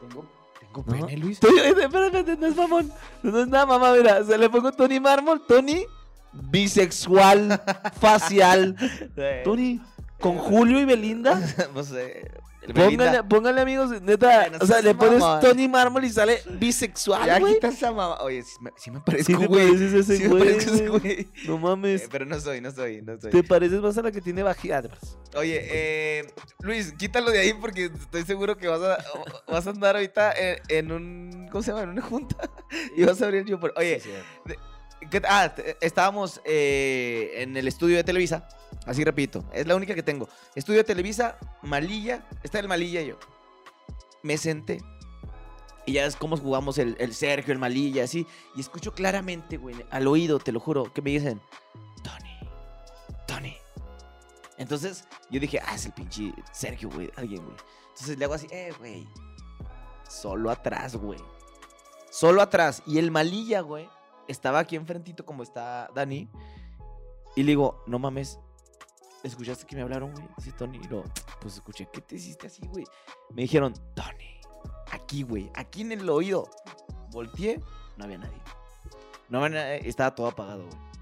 C: Tengo. Tengo
B: No.
C: pene, Luis.
B: Estoy- eh,
C: [laughs]
B: espérate, espérate, no es mamón. No es nada, mamá, mira. Se le pongo Tony Mármol, Tony bisexual,
C: [laughs]
B: facial. Tony, con Julio y Belinda.
C: Eh, no sé. el
B: Póngale,
C: Belinda.
B: póngale, amigos, neta.
C: Ay, no
B: o sea,
C: seas
B: le pones
C: mamón.
B: Tony Mármol y sale
C: Ya
B: bisexual, güey.
C: quita esa mamá. Oye, si me, sí me
B: Sí
C: parezco,
B: te
C: güey.
B: pareces a ese
C: Sí me
B: güey,
C: parezco a ese
B: güey. No
C: güey. Eh, pues,
B: mames.
C: Pero no soy, no soy, no soy.
B: Te pareces más a la que tiene vagina.
C: Oye, eh, Luis, quítalo de ahí porque estoy seguro que vas a, vas a andar ahorita en, en un. ¿Cómo se llama? En una junta. [laughs] Y vas a abrir el YouPorn. Oye, ¿qué t- ah, t- estábamos eh, en el estudio de Televisa. Así repito, es la única que tengo. Estudio de Televisa, Malilla. Está el Malilla yo. Me senté. Y ya es como jugamos el, el Sergio, el Malilla, así. Y escucho claramente, güey, al oído, te lo juro, que me dicen, Tony, Tony. Entonces yo dije, ah, es el pinche Sergio, güey, alguien, güey. Entonces le hago así, eh, güey. Solo atrás, güey. Solo atrás. Y el malilla, güey, estaba aquí enfrentito como está Dani. Y le digo, no mames, ¿escuchaste que me hablaron, güey? Dice Tony. Y lo, pues escuché, ¿qué te hiciste así, güey? Me dijeron, Tony, aquí, güey, aquí en el oído. Volteé, no había nadie. No había nadie, estaba todo apagado, güey.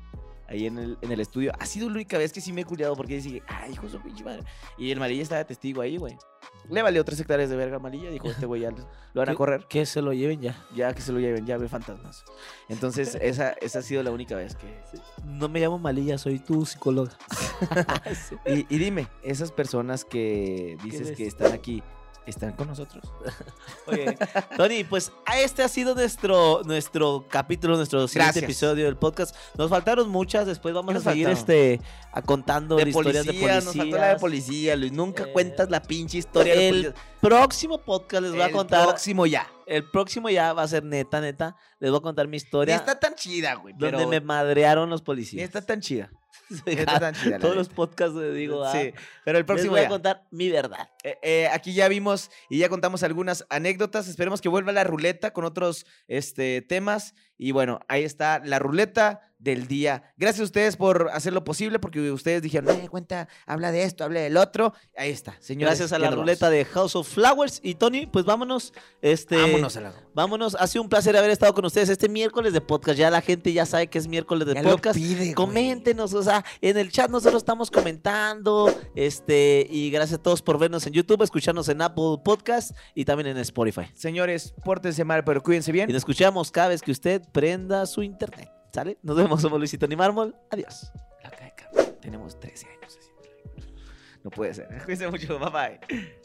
C: Ahí en el, en el estudio. Ha sido la única vez que sí me he culiado porque dije, ay, hijo de su pinche madre. Y el malilla estaba de testigo ahí, güey. Le valió tres hectáreas de verga al malilla. Dijo, este güey ya lo lo van a
B: ¿Qué?
C: correr
B: Que se lo lleven ya.
C: ya que se lo lleven, ya ve fantasmas.
B: [laughs]
C: Entonces, esa, esa ha sido la única vez que...
B: No me llamo Malilla, soy tu
C: [laughs]
B: psicóloga. [laughs] Sí.
C: Y, y dime, esas personas que dices
B: les-
C: que están aquí, ¿están con nosotros?
B: Oye, Tony, pues a este ha sido nuestro, nuestro capítulo, nuestro siguiente
C: Gracias.
B: episodio del podcast. Nos faltaron muchas, después vamos
C: ¿Qué
B: a
C: nos
B: seguir
C: faltaron?
B: este, a contando
C: De
B: historias
C: policía,
B: de
C: nos faltó la de
B: policía.
C: policía, Luis. Nunca
B: Eh,
C: cuentas la pinche historia de
B: el-
C: los policías.
B: Próximo podcast les voy a
C: El
B: contar.
C: próximo ya.
B: El próximo ya va a ser neta, neta. Les voy a contar mi
C: Ni
B: historia
C: está tan chida, güey.
B: donde
C: Pero
B: me madrearon los
C: ni
B: policías.
C: está tan chida.
B: [laughs]
C: Ni está tan chida. la
B: Todos los
C: neta.
B: podcasts eh, digo, ah,
C: Sí, pero el
B: les
C: próximo
B: voy a
C: ya.
B: contar mi verdad.
C: Eh, eh, aquí ya vimos y ya contamos algunas anécdotas. Esperemos que vuelva la ruleta con otros este, temas. Y bueno, ahí está la ruleta del día. Gracias a ustedes por hacer lo posible porque ustedes dijeron, "Eh, cuenta, habla de esto, habla del otro. Ahí está, señores.
B: Gracias a
C: ya
B: la
C: nos vamos.
B: ruleta de House of Flowers. Y Tony, pues vámonos. Este,
C: Vámonos a la
B: Vámonos, ha sido un placer haber estado con ustedes este miércoles de podcast. Ya la gente ya sabe que es miércoles de
C: Ya lo
B: podcast.
C: pide, güey.
B: Coméntenos, o sea, en el chat nosotros estamos comentando. Este, y gracias a todos por vernos en YouTube, escucharnos en Apple Podcast y también en Spotify.
C: Señores, pórtense mal, pero cuídense
B: Y
C: bien.
B: nos escuchamos cada vez que usted prenda su internet. ¿Sale? Nos vemos, somos Luisito Ni Mármol. Adiós.
C: [laughs] La cae, cabrón. Tenemos 13 años. así. No puede ser. Cuídense mucho. Bye bye.